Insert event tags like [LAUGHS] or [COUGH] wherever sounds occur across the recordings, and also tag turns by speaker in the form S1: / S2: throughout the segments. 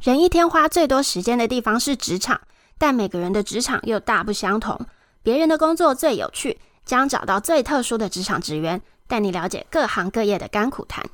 S1: 人一天花最多时间的地方是职场，但每个人的职场又大不相同。别人的工作最有趣，将找到最特殊的职场职员，带你了解各行各业的甘苦谈。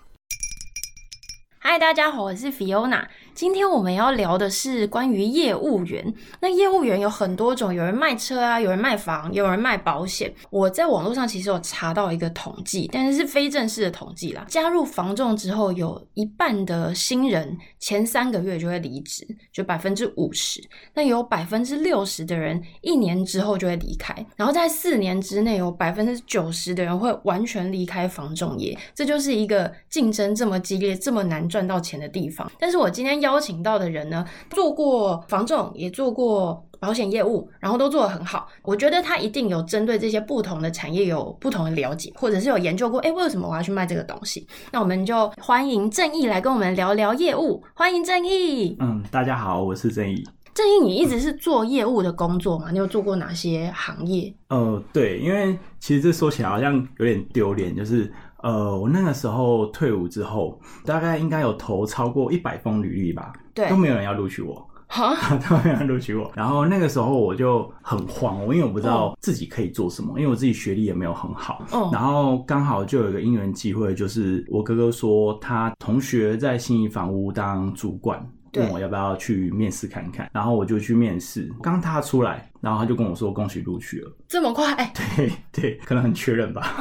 S2: 嗨，大家好，我是 Fiona。今天我们要聊的是关于业务员。那业务员有很多种，有人卖车啊，有人卖房，有人卖保险。我在网络上其实有查到一个统计，但是是非正式的统计啦。加入房仲之后，有一半的新人前三个月就会离职，就百分之五十。那有百分之六十的人一年之后就会离开，然后在四年之内有百分之九十的人会完全离开房仲业。这就是一个竞争这么激烈、这么难。赚到钱的地方，但是我今天邀请到的人呢，做过房仲，也做过保险业务，然后都做得很好。我觉得他一定有针对这些不同的产业有不同的了解，或者是有研究过，哎，为什么我要去卖这个东西？那我们就欢迎正义来跟我们聊聊业务，欢迎正义。
S3: 嗯，大家好，我是正义。
S2: 正义，你一直是做业务的工作嘛？你有做过哪些行业？
S3: 呃，对，因为其实这说起来好像有点丢脸，就是。呃，我那个时候退伍之后，大概应该有投超过一百封履历吧，
S2: 对，
S3: 都没有人要录取我， [LAUGHS]
S2: 哈，
S3: 都没有人录取我。然后那个时候我就很慌，我因为我不知道自己可以做什么，哦、因为我自己学历也没有很好。
S2: 哦、
S3: 然后刚好就有一个因缘机会，就是我哥哥说他同学在信义房屋当主管。问我要不要去面试看看，然后我就去面试。刚踏出来，然后他就跟我说：“恭喜录取了。” [LAUGHS]
S2: 这么快？哎
S3: 对对，可能很缺
S2: [LAUGHS]
S3: 人吧。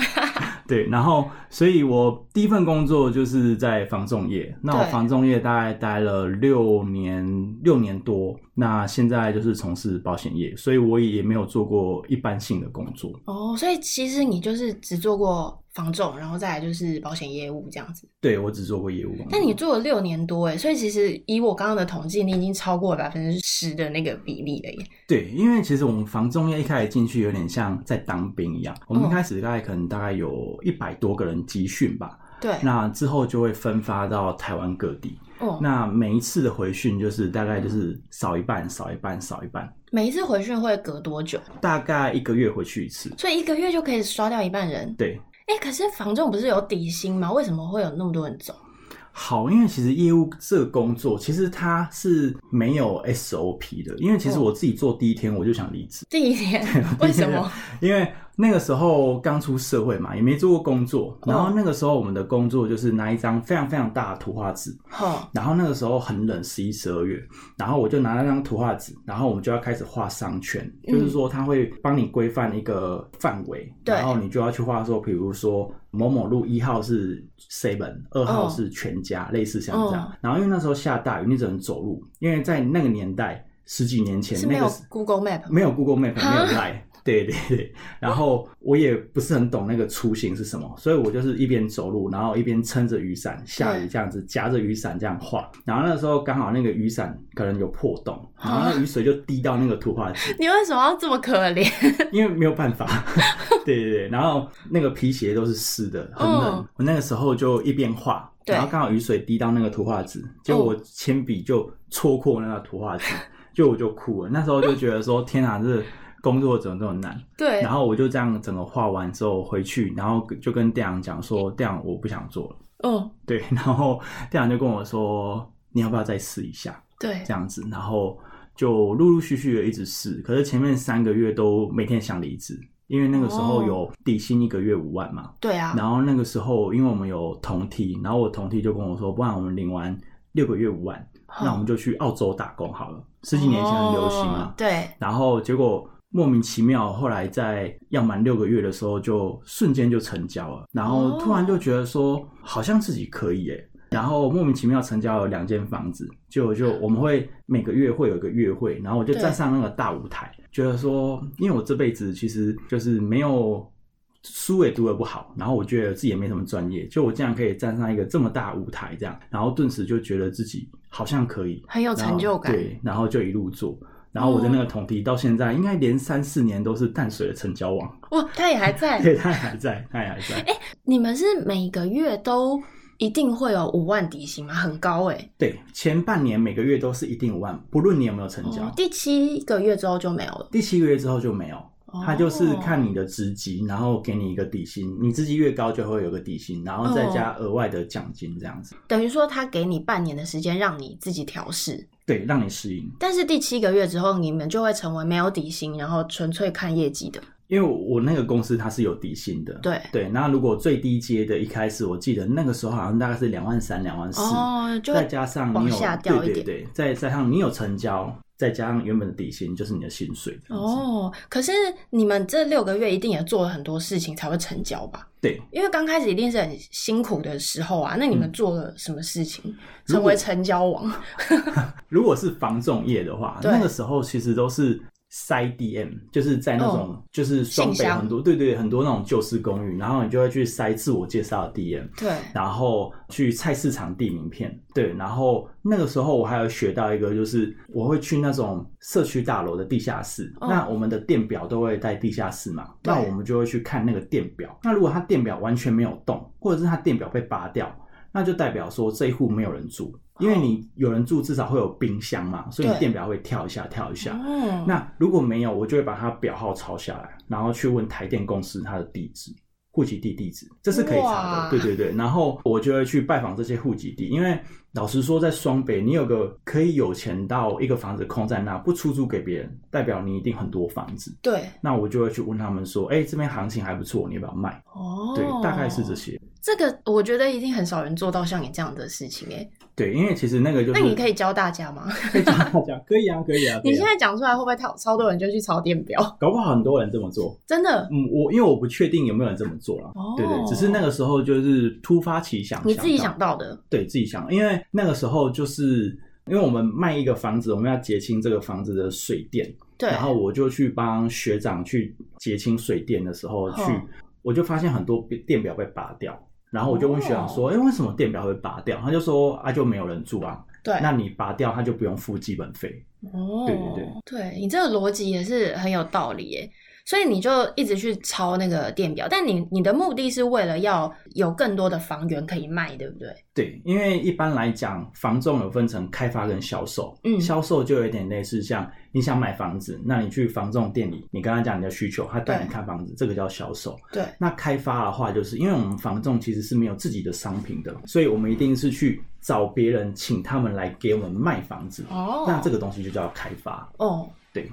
S3: 对，然后，所以我第一份工作就是在房仲业。那我房仲业大概待了六年，六年多。那现在就是从事保险业，所以我也没有做过一般性的工作。
S2: 哦，所以其实你就是只做过。房仲，然后再来就是保险业务这样子。
S3: 对，我只做过业务。
S2: 那你做了六年多哎，所以其实以我刚刚的统计，你已经超过百分之十的那个比例了耶。
S3: 对，因为其实我们房仲业一开始进去有点像在当兵一样，我们一开始大概可能大概有一百多个人集训吧。
S2: 对、嗯。
S3: 那之后就会分发到台湾各地。
S2: 哦。
S3: 那每一次的回训就是大概就是少一半，少一半，少一半。
S2: 每一次回训会隔多久？
S3: 大概一个月回去一次。
S2: 所以一个月就可以刷掉一半人。
S3: 对。
S2: 哎、欸，可是房仲不是有底薪吗？为什么会有那么多人走？
S3: 好，因为其实业务这个工作，其实它是没有 SOP 的。因为其实我自己做第一天我就想离职，
S2: 第一
S3: [LAUGHS]
S2: 天
S3: 啊
S2: 为什么？
S3: 因为那个时候刚出社会嘛，也没做过工作。然后那个时候我们的工作就是拿一张非常非常大的图画纸。
S2: 哦。
S3: 然后那个时候很冷，十一、十二月。然后我就拿那张图画纸，然后我们就要开始画商圈，嗯、就是说他会帮你规范一个范围，然后你就要去画说，比如说。某某路一号是 seven，二号是全家，oh. 类似像这样。Oh. 然后因为那时候下大雨，你只能走路，因为在那个年代，十几年前
S2: 那个 Google Map
S3: 没有 Google Map，没有 Line，对 [LAUGHS] 对对。然后我也不是很懂那个出行是什么，所以我就是一边走路，然后一边撑着雨伞，下雨这样子夹着雨伞这样画。然后那时候刚好那个雨伞可能有破洞，然后那雨水就滴到那个图画纸。
S2: 你为什么要这么可怜？
S3: [LAUGHS] 因为没有办法。对对对，然后那个皮鞋都是湿的，很冷。Oh. 我那个时候就一边画，然后刚好雨水滴到那个图画纸，结果我铅笔就戳破那个图画纸，就我就哭了。那时候就觉得说，天啊，这工作怎么这么难？
S2: 对。
S3: 然后我就这样整个画完之后回去，然后就跟店长讲说，店长我不想做了。
S2: 哦，oh.
S3: 对。然后店长就跟我说，你要不要再试一下？
S2: 对，
S3: 这样子，然后就陆陆续续的一直试，可是前面三个月都每天想离职。因为那个时候有底薪一个月五万嘛，
S2: 对啊，
S3: 然后那个时候因为我们有同梯，然后我同梯就跟我说，不然我们领完六个月五万，哦、那我们就去澳洲打工好了。十几年前很流行嘛，
S2: 哦、对。
S3: 然后结果莫名其妙，后来在要满六个月的时候就，就瞬间就成交了，然后突然就觉得说，哦、好像自己可以耶。然后莫名其妙成交了两间房子，就就我们会每个月会有一个月会，然后我就站上那个大舞台，觉得说，因为我这辈子其实就是没有书也读得不好，然后我觉得自己也没什么专业，就我竟然可以站上一个这么大舞台这样，然后顿时就觉得自己好像可以，
S2: 很有哦成就感，嗯
S3: 对，然后就一路做。然后我的那个同梯到现在应该连三四年都是淡水的成交网，
S2: 哇，他也还在，
S3: 对，他也还在，他也还在。
S2: 哎，你们是每个月都？一定会有五万底薪吗？很高哎、欸。
S3: 对，前半年每个月都是一定五万，不论你有没有成交。哦、
S2: 第七个月之后就没有了。
S3: 第七个月之后就没有。
S2: 哦
S3: 他就是看你的职级，然后给你一个底薪，你职级越高就会有个底薪，然后再
S2: 哦
S3: 加额外的奖金这样子，
S2: 等于说他给你半年的时间让你自己调试，
S3: 对，让你适应。
S2: 但是第七个月之后，你们就会成为没有底薪，然后纯粹看业绩的。
S3: 因为我那个公司它是有底薪的，
S2: 对
S3: 对。那如果最低阶的，一开始我记得那个时候好像大概是两万三、两万四，
S2: 哦，就
S3: 再加上你
S2: 往
S3: 有
S2: 下掉一
S3: 对对
S2: 点
S3: 对，再加上你有成交，再加上原本的底薪就是你的薪水这样子。
S2: 哦，可是你们这六个月一定也做了很多事情才会成交吧？
S3: 对，
S2: 因为刚开始一定是很辛苦的时候啊。那你们做了什么事情、成
S3: 嗯如果
S2: 为成交
S3: [LAUGHS]
S2: 王？
S3: 如果是防重业的话，
S2: 对
S3: 那个时候其实都是塞 DM，就是在那种、就是双
S2: 哦信
S3: 北
S2: 箱
S3: 很多对对很多那种旧式公寓，然后你就会去塞自我介绍的 DM，
S2: 对，
S3: 然后去菜市场递名片，对，然后那个时候我还有学到一个，就是我会去那种社区大楼的地下室，
S2: 哦
S3: 那我们的电表都会在地下室嘛，
S2: 对
S3: 那我们就会去看那个电表，那如果它电表完全没有动，或者是它电表被拔掉，那就代表说这一户没有人住，因为你有人住至少会有冰箱嘛，所以你
S2: 哦对
S3: 电表会跳一下跳一下，
S2: 哦，
S3: 那如果没有，我就会把它表号抄下来，然后去问台电公司它的地址、户籍地地址，这是可以查
S2: 哇
S3: 的。对对对，然后我就会去拜访这些户籍地，因为老实说，在双北，你有个可以有钱到一个房子空在那不出租给别人，代表你一定很多房子。
S2: 对，
S3: 那我就会去问他们说，哎、这边行情还不错，你要不要卖？
S2: 哦，
S3: 对，大概是这。些。
S2: 这个我觉得一定很少人做到像你这样的事情哎、
S3: 对，因为其实那个就是，
S2: 那你可
S3: 以
S2: 以教大家吗？
S3: 教大家，可以啊，可以啊。可以啊
S2: 你现在讲出来会不会超超多人就去抄电表？
S3: 搞不好很多人这么做。
S2: 真的，
S3: 嗯，我因为我不确定有没有人这么做啦。
S2: 哦
S3: 对对，只是那个时候就是突发奇想，
S2: 你自己
S3: 到
S2: 想到的，
S3: 对自己想，因为那个时候就是因为我们卖一个房子，我们要结清这个房子的水电，
S2: 对，
S3: 然后我就去帮学长去结清水电的时候去，
S2: 哦
S3: 我就发现很多电表被拔掉，然后我就问学长说：“
S2: 哦
S3: 哎、为什么电表会拔掉？”他就说：“啊，就没有人住啊，
S2: 对，
S3: 那你拔掉他就不用付基本费。
S2: 哦，
S3: 对对对，
S2: 你这个逻辑也是很有道理耶。所以你就一直去抄那个电表，但你你的目的是为了要有更多的房源可以卖，对不对？”
S3: 对，因为一般来讲，房仲有分成开发跟销售。
S2: 嗯
S3: 销售就有点类似像你想买房子，那你去房仲店里，你跟他讲你的需求，他带你
S2: 对
S3: 看房子，这个叫销售。
S2: 对，
S3: 那开发的话，就是因为我们房仲其实是没有自己的商品的，所以我们一定是去找别人，请他们来给我们卖房子。
S2: 哦，
S3: 那这个东西就叫开发。
S2: 哦，
S3: 对，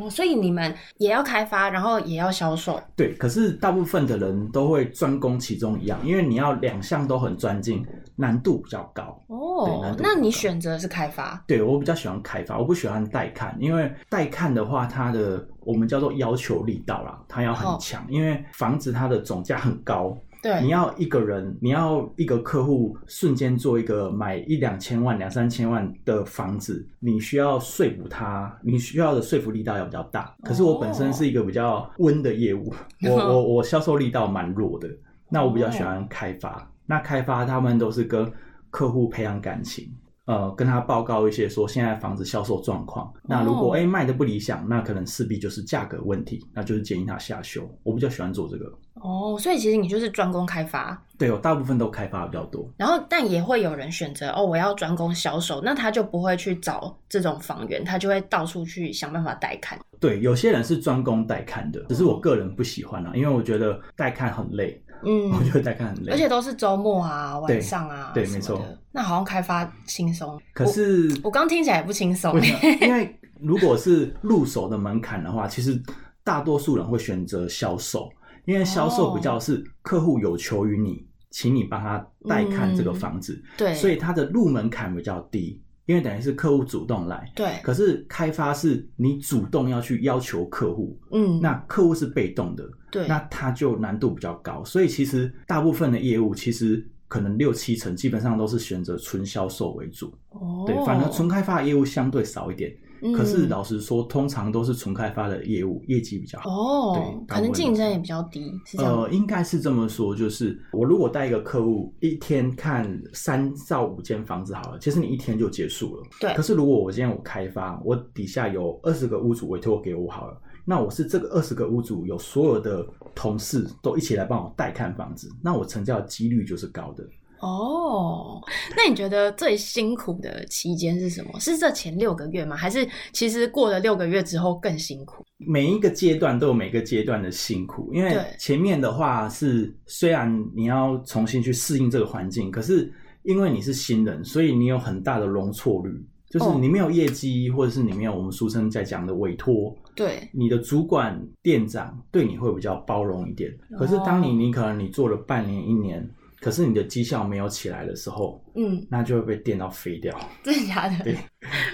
S2: 哦，所以你们也要开发，然后也要销售，
S3: 对，可是大部分的人都会专攻其中一样，因为你要两项都很专精，难度比较高。对
S2: 哦
S3: 难，度
S2: 那
S3: 很
S2: 你
S3: 高
S2: 选择是开发，
S3: 对我比较喜欢开发，我不喜欢带看，因为带看的话，它的我们叫做要求力道啦，它要
S2: 哦
S3: 很强，因为房子它的总价很高，
S2: 对，
S3: 你要一个人，你要一个客户瞬间做一个买一两千万、两三千万的房子，你需要说服他，你需要的说服力道要比较大。可是我本身是一个比较温的
S2: [LAUGHS]
S3: 业务，我我我销售力道蛮弱的，那我比较喜欢开发。那开发他们都是跟客户培养感情。呃，跟他报告一些说现在房子销售状况。那如果
S2: 哦
S3: 哎、诶卖的不理想，那可能势必就是价格问题，那就是建议他下修。我比较喜欢做这个，
S2: 哦，所以其实你就是专攻开发，
S3: 对我大部分都开发比较多。
S2: 然后但也会有人选择哦，我要专攻销售，那他就不会去找这种房源，他就会到处去想办法带看。
S3: 对，有些人是专攻带看的，只是
S2: 哦
S3: 我个人不喜欢啦、啊因为我觉得带看很累， [LAUGHS]
S2: 嗯，
S3: 我觉得带看很累。
S2: 而且都是周末啊、
S3: 对
S2: 晚上啊，
S3: 对
S2: 什么
S3: 没错
S2: 的。那好像开发轻松，
S3: 可是
S2: 我刚听起来也不轻松
S3: 为。什么因为如果是入手的门槛的话，其实大多数人会选择销售，因为销售比
S2: 哦
S3: 较是客户有求于你，请你帮他带看这个房子，
S2: [LAUGHS] 嗯对，
S3: 所以它的入门槛比较低，因为等于是客户主动来。
S2: 对，
S3: 可是开发是你主动要去要求客户，
S2: 嗯，
S3: 那客户是被动的，
S2: 对，
S3: 那它就难度比较高。所以其实大部分的业务其实可能六七成基本上都是选择纯销售为主，
S2: 哦
S3: 对，反而纯开发的业务相对少一点。
S2: 嗯
S3: 可是老实说，通常都是纯开发的业务业绩比较好。
S2: 哦
S3: 对，
S2: 可能竞争也比
S3: 较。
S2: 较低，是这样吗。
S3: 呃，应该是这么说，就是我如果带一个客户一天看三到五间房子好了，其实你一天就结束了。
S2: 对
S3: 可，是如果我今天我开发，我底下有二十个屋主委托给我好了，那我是这个二十个屋主有所有的同事都一起来帮我带看房子，那我成交的几率就是高的。
S2: 哦，那你觉得最辛苦的期间是什么？是这前六个月吗？还是其实过了六个月之后更辛苦？
S3: 每一个阶段都有每个阶段的辛苦，因为
S2: 对
S3: 前面的话是虽然你要重新去适应这个环境，可是因为你是新人，所以你有很大的容错率，就是
S2: 哦
S3: 你没有业绩，或者是你没有我们俗称在讲的委托，
S2: 对，
S3: 你的主管、店长对你会比较包容一点。可是当你
S2: 哦
S3: 你可能你做了半年、一年，可是你的绩效没有起来的时候，
S2: 嗯， [LAUGHS]
S3: 那就会被电到飞掉。
S2: 真的假的
S3: 对？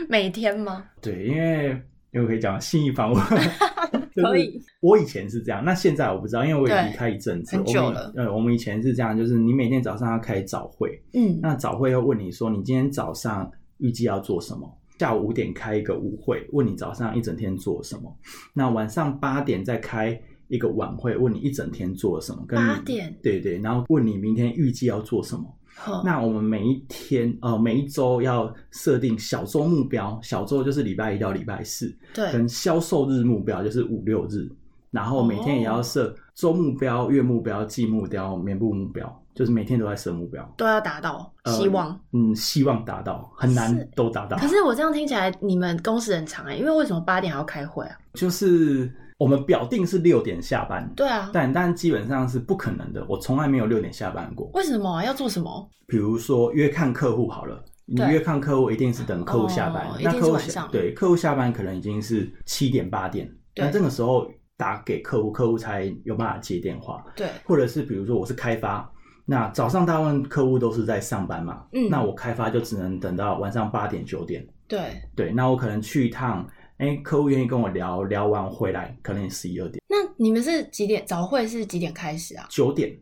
S2: 每天吗？
S3: 对，因为因为我可以讲信义
S2: [LAUGHS]
S3: 房屋，就是
S2: 可以
S3: 我以前是这样，那现在我不知道，因为我也
S2: 对
S3: 离开一阵子，
S2: 很
S3: 我们
S2: 久了
S3: 呃，我们以前是这样，就是你每天早上要开早会，
S2: 嗯，
S3: 那早会会问你说你今天早上预计要做什么，下午五点开一个舞会，问你早上一整天做什么，那晚上八点再开一个晚会，问你一整天做了什么，跟你
S2: 八点
S3: 对对，然后问你明天预计要做什么。
S2: 好
S3: 那我们每一天呃每一周要设定小周目标，小周就是礼拜一到礼拜四，
S2: 对
S3: 跟销售日目标就是五六日，然后每天也
S2: 哦
S3: 要设周目标、月目标、季目标、年度目标，就是每天都在设目标。
S2: 都要达到，
S3: 呃
S2: 希望。
S3: 嗯，希望达到很
S2: 是
S3: 难都达到
S2: 可，是我这样听起来，你们工时很长哎、因为为什么八点还要开会啊？
S3: 就是我们表定是六点下班，
S2: 对啊，
S3: 但但基本上是不可能的，我从来没有六点下班过。
S2: 为什么啊要做什么？
S3: 比如说约看客户好了，你
S2: 对
S3: 约看客户一定是等客户下班，
S2: 哦
S3: 那
S2: 一定是
S3: 客户
S2: 晚
S3: 下
S2: 上
S3: 对客户下班可能已经是七点八点，
S2: 对
S3: 那这个时候打给客户，客户才有办法接电话，
S2: 对，
S3: 或者是比如说我是开发。那早上大部分客户都是在上班嘛，
S2: 嗯
S3: 那我开发就只能等到晚上八点九点，
S2: 对。
S3: 对，那我可能去一趟，哎、客户愿意跟我聊，聊完回来可能也十一二点
S2: 那你们是几点早会是几点开始啊？
S3: 九点，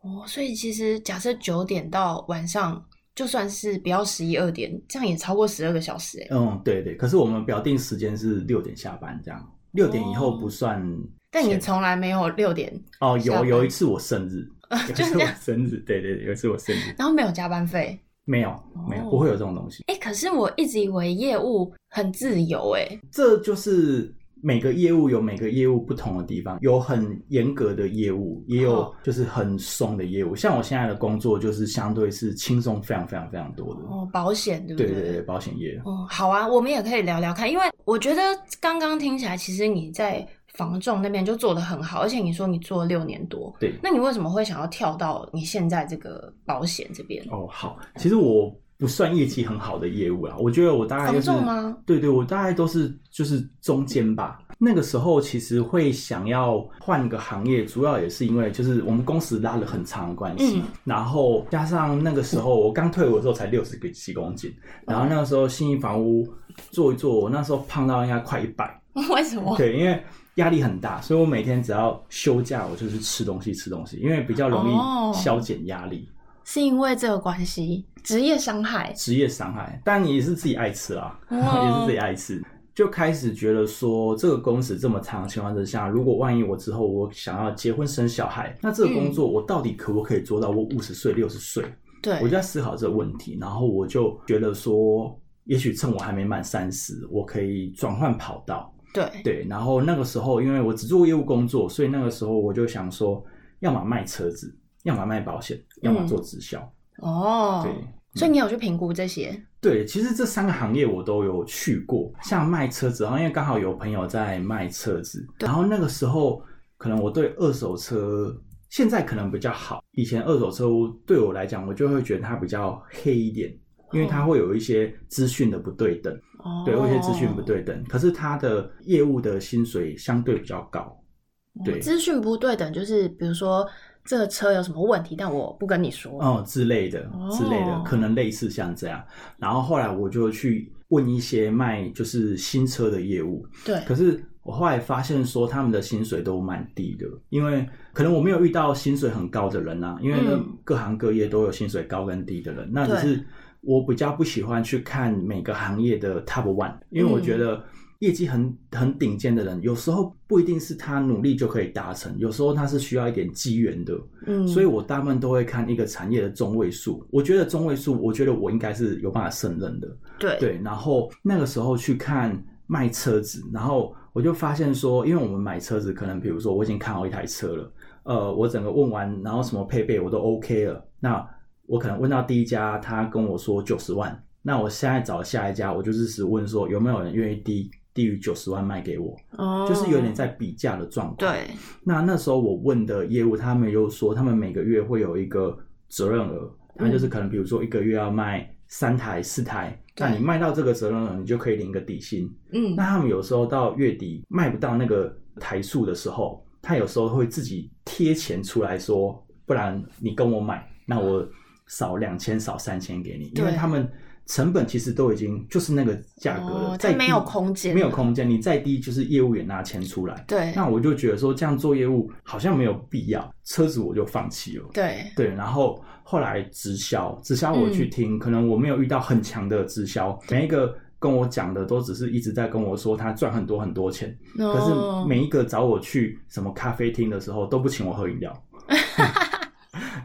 S2: 哦，所以其实假设九点到晚上，就算是不要十一二点，这样也超过十二个小时哎、
S3: 嗯，对对，可是我们表定时间是六点下班这样，六点以后不算钱。
S2: 但你从来没有六点，
S3: 哦，
S2: 下
S3: 有
S2: 班哦
S3: 有一次我生日，有一
S2: 就
S3: 次
S2: 这
S3: 我
S2: 样
S3: 生日，对对对，有一次我生日，
S2: 然后没有加班费。
S3: 没有没有，不会有这种东西。
S2: 哎、可是我一直以为业务很自由哎、
S3: 这就是每个业务有每个业务不同的地方，有很严格的业务，也有
S2: 哦
S3: 就是很松的业务。像我现在的工作就是相对是轻松非常非常非常多的。
S2: 哦，保险对不
S3: 对对对，保险业。
S2: 哦，好啊，我们也可以聊聊看，因为我觉得刚刚听起来，其实你在房仲那边就做得很好，而且你说你做了六年多，
S3: 对
S2: 那你为什么会想要跳到你现在这个保险这边？
S3: 哦，好，其实我不算业绩很好的业务啦，我觉得我大概啊就是
S2: 房仲吗 [LAUGHS]
S3: 对对，我大概都是就是中间吧。那个时候其实会想要换个行业，主要也是因为就是我们工时拉了很长的关系，
S2: 嗯
S3: 然后加上那个时候我刚退伍的时候才六十个几公斤，然后那个时候新义房屋做一做，我那时候胖到应该快一百，
S2: 为什么？
S3: 对，因为压力很大，所以我每天只要休假，我就是吃东西吃东西，因为比较容
S2: 哦
S3: 易消减压力。
S2: 是因为这个关系，职业伤害。
S3: 职业伤害，但你也是自己爱吃啊，
S2: 哦
S3: [LAUGHS] 也是自己爱吃，就开始觉得说这个工时这么长的情况之下，如果万一我之后我想要结婚生小孩，那这个工作我到底可不可以做到我五十岁六十岁？
S2: 对，
S3: 我就在思考这个问题，然后我就觉得说，也许趁我还没满三十，我可以转换跑道。
S2: 对，
S3: 对，然后那个时候因为我只做业务工作，所以那个时候我就想说，要么卖车子，要么卖保险，要么做直销。
S2: 哦，
S3: 对，
S2: 所以你有去评估这些？
S3: 对，其实这三个行业我都有去过，像卖车子，然后因为刚好有朋友在卖车子，然后那个时候可能我对二手车现在可能比较好，以前二手车对我来讲，我就会觉得它比较黑一点，因为它会有一些资讯的不对等，
S2: 哦，
S3: 对，有一些资讯不对等，可是它的业务的薪水相对比较高，
S2: 哦，
S3: 对
S2: 资讯不对等，就是比如说这个车有什么问题，但我不跟你说。
S3: 哦之类的
S2: 哦
S3: 之类的，可能类似像这样，然后后来我就去问一些卖就是新车的业务，
S2: 对，
S3: 可是我后来发现说，他们的薪水都蛮低的，因为可能我没有遇到薪水很高的人啊，因为
S2: 嗯
S3: 各行各业都有薪水高跟低的人，那
S2: 对
S3: 只是我比较不喜欢去看每个行业的 top one，因为我觉
S2: 嗯
S3: 得。业绩很很顶尖的人，有时候不一定是他努力就可以达成，有时候他是需要一点机缘的。
S2: 嗯，
S3: 所以我大部分都会看一个产业的中位数。我觉得中位数，我觉得我应该是有办法胜任的。
S2: 对
S3: 对，然后那个时候去看卖车子，然后我就发现说，因为我们买车子，可能比如说我已经看好一台车了，呃，我整个问完，然后什么配备我都 OK 了，那我可能问到第一家，他跟我说九十万，那我现在找下一家，我就是只问说有没有人愿意低低于九十万卖给我，
S2: 哦，
S3: 就是有点在比价的状况。
S2: 对，
S3: 那那时候我问的业务，他们又说他们每个月会有一个责任额，他们
S2: 嗯
S3: 就是可能比如说一个月要卖三台四台，
S2: 对
S3: 那你卖到这个责任额，你就可以领一个底薪。
S2: 嗯
S3: 那，他们有时候到月底卖不到那个台数的时候，他有时候会自己贴钱出来说，不然你跟我买，那我少两千少三千给你，因为
S2: 对
S3: 他们成本其实都已经就是那个价格了，
S2: 哦
S3: 再
S2: 它
S3: 低
S2: 没有空间，
S3: 没有，空间，你再低就是业务也拿钱出来。
S2: 对，
S3: 那我就觉得说这样做业务好像没有必要，车子我就放弃了。
S2: 对，
S3: 对，然后后来直销，直销我去听，可能我没有遇到很强的直销，每一个跟我讲的都只是一直在跟我说他赚很多很多钱，可
S2: 哦
S3: 是每一个找我去什么咖啡厅的时候都不请我喝饮料， [LAUGHS]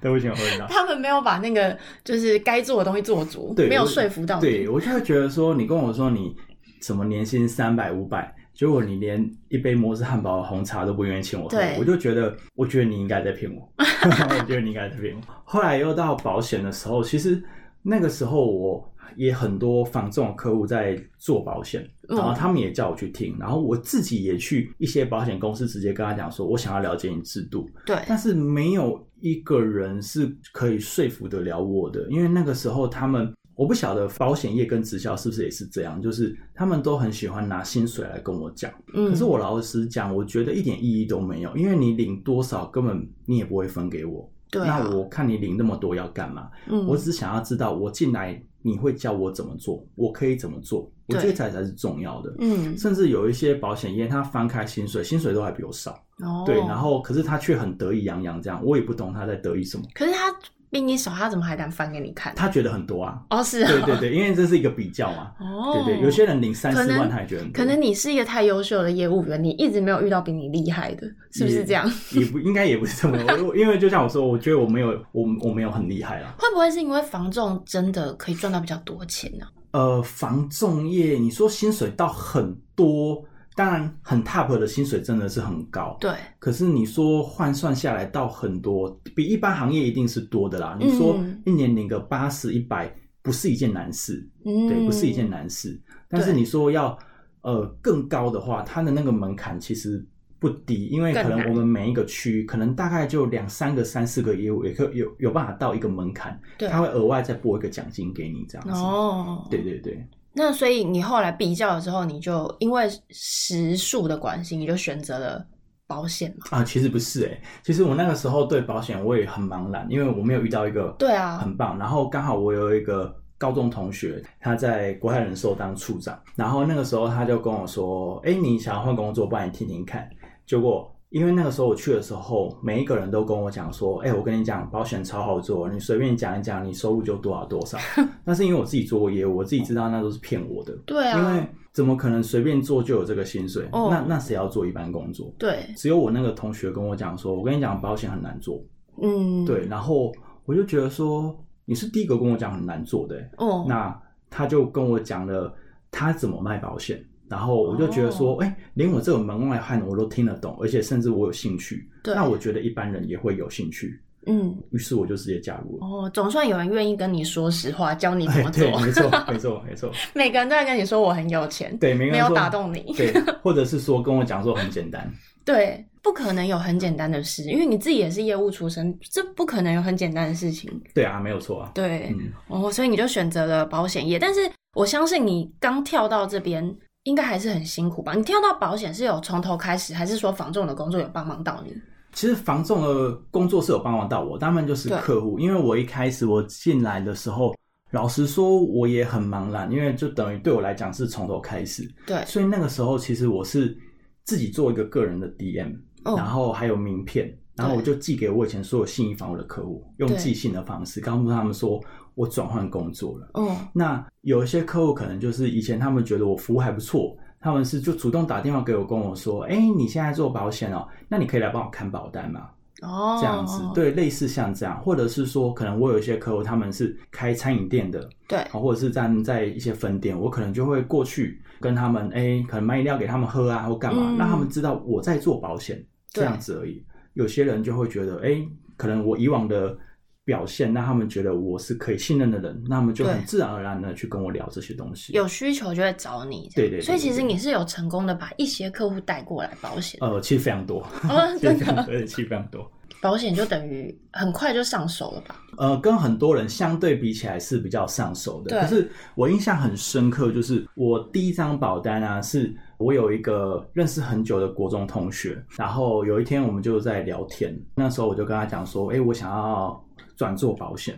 S3: 都不请我喝饮料。
S2: 他们没有把那个就是该做的东西做足，
S3: 对
S2: 没有
S3: 我
S2: 说服到你，
S3: 对我就会觉得说，你跟我说你什么年薪三百五百，结果你连一杯摩斯汉堡红茶都不愿意请我喝
S2: 对，
S3: 我就觉得，我觉得你应该在
S2: [LAUGHS]
S3: 骗我，我觉得你应该在骗我。后来又到保险的时候，其实那个时候我也很多房仲的客户在做保险，
S2: 嗯
S3: 然后他们也叫我去听，然后我自己也去一些保险公司直接跟他讲说，我想要了解你制度，
S2: 对，
S3: 但是没有一个人是可以说服得了我的，因为那个时候他们，我不晓得保险业跟直销是不是也是这样，就是他们都很喜欢拿薪水来跟我讲。
S2: 嗯，
S3: 可是我老实讲，我觉得一点意义都没有，因为你领多少根本你也不会分给我。
S2: 对啊，
S3: 那我看你领那么多要干嘛？
S2: 嗯
S3: 我只想要知道我进来你会教我怎么做，我可以怎么做，我
S2: 对
S3: 觉得才才是重要的。
S2: 嗯
S3: 甚至有一些保险业，他翻开薪水，薪水都还比我少。
S2: 哦，
S3: 对，然后可是他却很得意洋洋这样，我也不懂他在得意什么，
S2: 可是他比你少，他怎么还敢翻给你看？，
S3: 他觉得很多啊
S2: 哦，是啊，
S3: 对对对，因为这是一个比较嘛，
S2: 哦，
S3: 对对，有些人领三
S2: 可
S3: 四
S2: 能
S3: 万他也觉得很多，
S2: 可能你是一个太优秀的业务员，你一直没有遇到比你厉害的，是不是这样？ [LAUGHS]
S3: 也不应该也不是这么，我我因为就像我说，我觉得我没有我我没有很厉害啦。
S2: 会不会是因为房仲真的可以赚到比较多钱呢、
S3: 呃，房仲业你说薪水到很多，当然很 top 的薪水真的是很高，
S2: 对，
S3: 可是你说换算下来到很多，比一般行业一定是多的啦。你说
S2: 嗯
S3: 一年领个八十一百，不是一件难事。
S2: 嗯，
S3: 对，不是一件难事。但是
S2: 对
S3: 你说要呃更高的话，它的那个门槛其实不低，因为
S2: 更
S3: 可能
S2: 难
S3: 我们每一个区可能大概就两三个、三四个业务，也可有有办法到一个门槛，
S2: 对
S3: 他会额外再拨一个奖金给你这样子。
S2: 哦。
S3: 对，对对，
S2: 那所以你后来比较的时候，你就因为时数的关系，你就选择了保险嘛？
S3: 啊，其实不是诶、其实我那个时候对保险我也很茫然，因为我没有遇到一个
S2: 对啊
S3: 很棒，然后刚好我有一个高中同学，他在国泰人寿当处长，然后那个时候他就跟我说，哎、你想要换工作，不然你听听看。结果因为那个时候我去的时候，每一个人都跟我讲说，哎、我跟你讲，保险超好做，你随便讲一讲，你收入就多少多
S2: [LAUGHS]
S3: 少。但是因为我自己做过业务，我自己知道那都是骗我的，
S2: 对
S3: 因为
S2: 啊，
S3: 怎么可能随便做就有这个薪水？
S2: 哦
S3: 那那谁要做一般工作？
S2: 对，
S3: 只有我那个同学跟我讲说，我跟你讲，保险很难做。
S2: 嗯，
S3: 对，，然后我就觉得说，你是第一个跟我讲很难做的欸、
S2: 哦，
S3: 那他就跟我讲了他怎么卖保险，然后我就觉得说，
S2: 哦
S3: 哎、连我这种门外汉我都听得懂，而且甚至我有兴趣，
S2: 对
S3: 那我觉得一般人也会有兴趣，
S2: 嗯，
S3: 于是我就直接加入了。哎
S2: 哦，总算有人愿意跟你说实话，教
S3: [LAUGHS]
S2: 你怎么做
S3: 对，。
S2: [LAUGHS]
S3: 没错，没错，没错，
S2: 每个人都在跟你说我很有钱，
S3: 对，没
S2: 没有打动你。 [LAUGHS]
S3: 对，或者是说跟我讲说很简单，
S2: 对，不可能有很简单的事，因为你自己也是业务出身，这不可能有很简单的事情。
S3: 对啊，没有错啊，
S2: 对，
S3: 嗯，
S2: 哦，所以你就选择了保险业，但是我相信你刚跳到这边，应该还是很辛苦吧？你跳到保险是有从头开始，还是说房仲的工作有帮忙到你？
S3: 其实房仲的工作是有帮忙到我，他们就是客户。因为我一开始我进来的时候，老实说我也很茫然，因为就等于对我来讲是从头开始，
S2: 对，
S3: 所以那个时候其实我是自己做一个个人的 DM，、然
S2: 哦，
S3: 后还有名片，然后我就寄给我以前所有信义房屋的客户，用
S2: 对
S3: 寄信的方式告诉他们说我转换工作了。
S2: 哦，
S3: 那有一些客户可能就是以前他们觉得我服务还不错，他们是就主动打电话给我跟我说，哎、你现在做保险哦，那你可以来帮我看保单吗？
S2: 哦，
S3: 这样子，对，类似像这样，或者是说，可能我有一些客户他们是开餐饮店的，
S2: 对，
S3: 啊或者是站在一些分店，我可能就会过去跟他们，哎、可能买饮料给他们喝啊，或干嘛，
S2: 嗯
S3: 让他们知道我在做保险，
S2: 对
S3: 这样子而已。有些人就会觉得，哎、可能我以往的表现，让他们觉得我是可以信任的人，那他们就
S2: 对
S3: 很自然而然的去跟我聊这些东西。
S2: 有需求就会找你这样，
S3: 对对对
S2: 所以其实
S3: 对对
S2: 你是有成功的把一些客户带过来保险，
S3: 呃，其实非常多，
S2: 哦，
S3: [LAUGHS] 其实
S2: 真
S3: 非常
S2: 的，
S3: 多，对其实非常多。
S2: 保险就等于很快就上手了吧？
S3: 呃，跟很多人相对比起来是比较上手的。
S2: 对
S3: 可是我印象很深刻，就是我第一张保单啊，是我有一个认识很久的国中同学，然后有一天我们就在聊天，那时候我就跟他讲说，哎、我想要转做保险。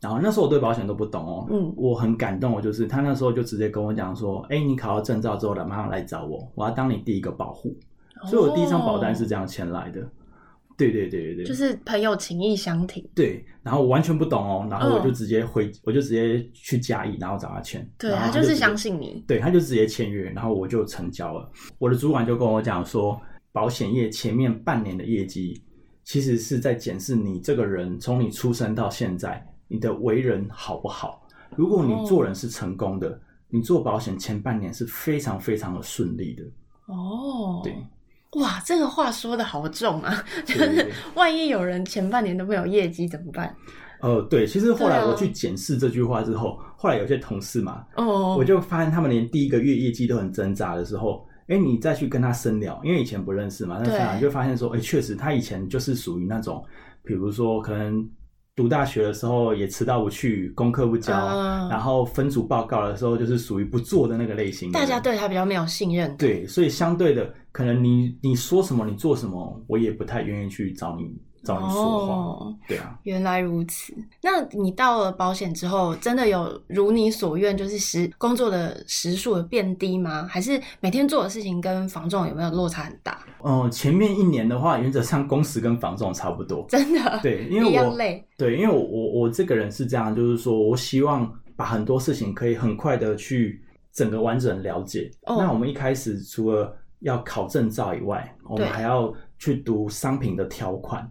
S3: 然后那时候我对保险都不懂哦，
S2: 嗯
S3: 我很感动，我就是他那时候就直接跟我讲说，哎、你考到证照之后来马上来找我，我要当你第一个保护，哦所以我第一张保单是这样签来的。对对对对对，
S2: 哦就是朋友情谊相挺，
S3: 对，然后我完全不懂哦，然后我就直接回，我就直接去嘉义，然后找他签。
S2: 嗯对
S3: 然后
S2: 他
S3: 他
S2: 就是
S3: 直接
S2: 相，信你，
S3: 对，他就直接签约，然后我就成交了。我的主管就跟我讲说，保险业前面半年的业绩，其实是在检视你这个人从你出生到现在，你的为人好不好。如果
S2: 哦
S3: 你做人是成功的，你做保险前半年是非常非常的顺利的。
S2: 哦，
S3: 对，
S2: [LAUGHS] 哇，这个话说的好重啊！就
S3: 对对
S2: 是
S3: 对
S2: 万一有人前半年都没有业绩怎么办？
S3: 呃，对，其实后来
S2: 对啊
S3: 我去检视这句话之后，后来有些同事嘛，
S2: 哦，
S3: 我就发现他们连第一个月业绩都很挣扎的时候，哎、你再去跟他深聊，因为以前不认识嘛，那
S2: 对
S3: 深聊你就发现说，哎、确实他以前就是属于那种，比如说可能读大学的时候也迟到不去，功课不交，
S2: 啊
S3: 然后分组报告的时候就是属于不做的那个类型的
S2: 大
S3: 人
S2: 家对他比较没有信任感，
S3: 对，所以相对的，可能你你说什么，你做什么，我也不太愿意去找你找你说话，
S2: 哦
S3: 对啊。
S2: 原来如此。那你到了保险之后，真的有如你所愿，就是时工作的时数有变低吗？还是每天做的事情跟房仲有没有落差很大？ [LAUGHS]
S3: 嗯、前面一年的话，原则上工时跟房仲差不多，
S2: 真的，
S3: 对，因为
S2: 一样
S3: 我
S2: 累
S3: 对，因为我我我这个人是这样，就是说我希望把很多事情可以很快的去整个完整了解。
S2: 哦
S3: 那我们一开始除了要考证照以外，我们
S2: 对
S3: 还要去读商品的条款，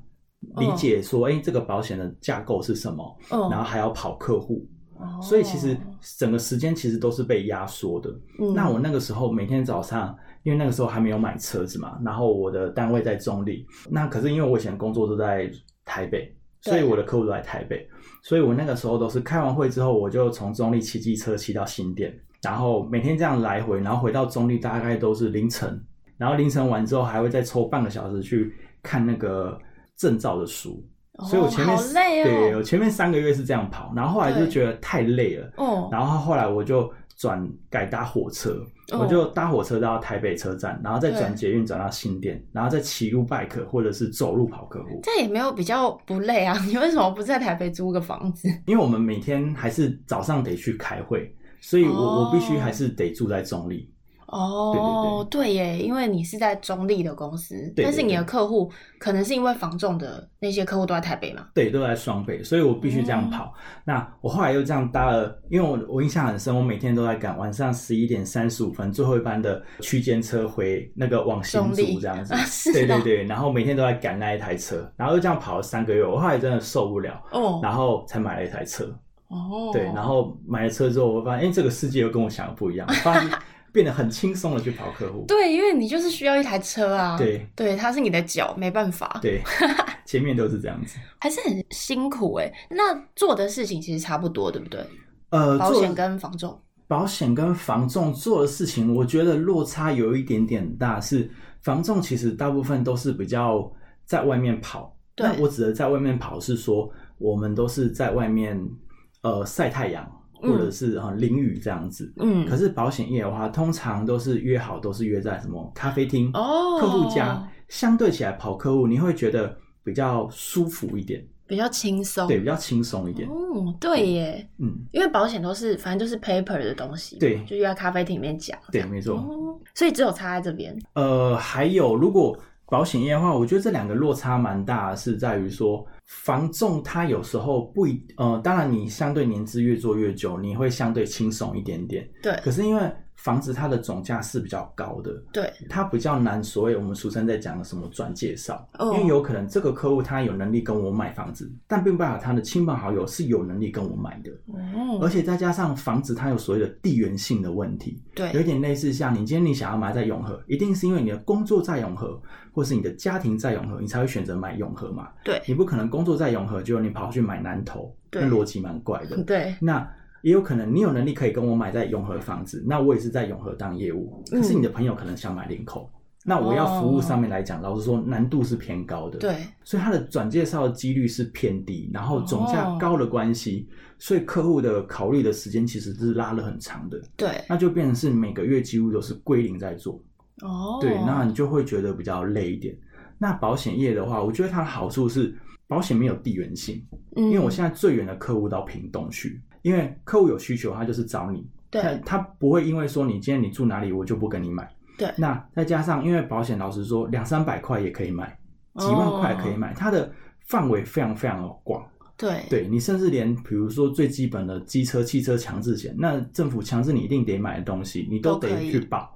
S2: 哦
S3: 理解说，哎、这个保险的架构是什么，
S2: 哦
S3: 然后还要跑客户。
S2: 哦
S3: 所以其实整个时间其实都是被压缩的。
S2: 嗯
S3: 那我那个时候每天早上，因为那个时候还没有买车子嘛，然后我的单位在中立，那可是因为我以前工作都在台北，
S2: 对
S3: 所以我的客户都在台北，所以我那个时候都是开完会之后，我就从中立骑机车骑到新店，然后每天这样来回，然后回到中立大概都是凌晨，然后凌晨完之后还会再抽半个小时去看那个证照的书。
S2: 哦
S3: 所以我前面、
S2: 好累哦
S3: 对，我前面三个月是这样跑，然后后来就觉得太累了，
S2: 哦
S3: 然后后来我就转改搭火车，
S2: 哦
S3: 我就搭火车到台北车站，然后再转
S2: 对
S3: 捷运转到新店，然后再骑路拜客或者是走路跑客户，
S2: 这样也没有比较不累啊？你为什么不在台北租个房子？
S3: 因为我们每天还是早上得去开会，所以我、
S2: 哦
S3: 我必须还是得住在中立。
S2: 哦，对耶，因为你是在中立的公司，
S3: 对
S2: 但是
S3: 对
S2: 你的
S3: 对
S2: 客户可能是因为房仲的那些客户都在台北嘛。
S3: 对，都在双北，所以我必须
S2: 嗯
S3: 这样跑。那我后来又这样搭了，因为我我印象很深，我每天都在赶晚上十一点三十五分最后一班的区间车回那个往新
S2: 中立
S3: 竹这
S2: [LAUGHS]
S3: 样子。
S2: 啊是
S3: 对
S2: 哦
S3: 对对，然后每天都在赶那一台车，然后就这样跑了三个月，我后来真的受不了。
S2: 哦
S3: 然后才买了一台车，
S2: 哦，
S3: 对，然后买了车之后，我发现，哎、这个世界又跟我想的不一样，我发现变得很轻松的去跑客户，
S2: 对，因为你就是需要一台车啊。
S3: 对，
S2: 对，它是你的脚，没办法，
S3: 对，前面都是这
S2: [LAUGHS]
S3: 样子，
S2: 还是很辛苦哎、那做的事情其实差不多，对不对？
S3: 呃，
S2: 保
S3: 做
S2: 险跟房仲。
S3: 保险跟房仲做的事情，我觉得落差有一点点大。是房仲其实大部分都是比较在外面跑，
S2: 对
S3: 那我指的在外面跑是说我们都是在外面呃晒太阳
S2: 嗯
S3: 或者是呃淋雨这样子。
S2: 嗯，
S3: 可是保险业的话，通常都是约好，都是约在什么咖啡厅、
S2: 哦，
S3: 客户家，相对起来跑客户，你会觉得比较舒服一点，
S2: 比较轻松。
S3: 对，比较轻松一点。
S2: 哦，对耶，
S3: 嗯，
S2: 因为保险都是反正就是 paper 的东西嘛，
S3: 对
S2: 就约在咖啡厅里面讲。
S3: 对，没错。
S2: 哦，所以只有差在这边。
S3: 呃，还有如果保险业的话，我觉得这两个落差蛮大的，是在于说房仲它有时候不一呃，当然你相对年资越做越久，你会相对轻松一点点。
S2: 对
S3: 可是因为房子它的总价是比较高的，
S2: 对，
S3: 它比较难，所谓我们俗称在讲的什么转介绍，
S2: 哦
S3: 因为有可能这个客户他有能力跟我买房子，但并不代表他的亲朋好友是有能力跟我买的，而
S2: 哦，
S3: 且再加上房子它有所谓的地缘性的问题，有
S2: 对，
S3: 点类似像你今天你想要买在永和，一定是因为你的工作在永和，或是你的家庭在永和，你才会选择买永和嘛。
S2: 对
S3: 你不可能工工作在永和，结果你跑去买南投，
S2: 对
S3: 那逻辑蛮怪的。
S2: 对，
S3: 那也有可能你有能力可以跟我买在永和的房子，那我也是在永和当业务，
S2: 嗯
S3: 可是你的朋友可能想买林口，那我要服务上面来讲，老实说难度是偏高的。，
S2: 对，
S3: 所以它的转介绍几率是偏低，然后总
S2: 哦
S3: 价高的关系，所以客户的考虑的时间其实是拉了很长的，
S2: 对，
S3: 那就变成是每个月几乎都是归零在做。
S2: 哦，
S3: 对，那你就会觉得比较累一点。那保险业的话，我觉得它的好处是保险没有地缘性，
S2: 因
S3: 因为我现在最远的客户到屏东去，因为客户有需求，他就是找你，他
S2: 对
S3: 他不会因为说你今天你住哪里，我就不跟你买。
S2: 对
S3: 那再加上，因为保险老实说，两三百块也可以买，几万块也可以
S2: 哦
S3: 买，它的范围非常非常的广。
S2: 对
S3: 对你甚至连比如说最基本的机车、汽车强制险，那政府强制你一定得买的东西，你都
S2: 都
S3: 得
S2: 可以
S3: 去保。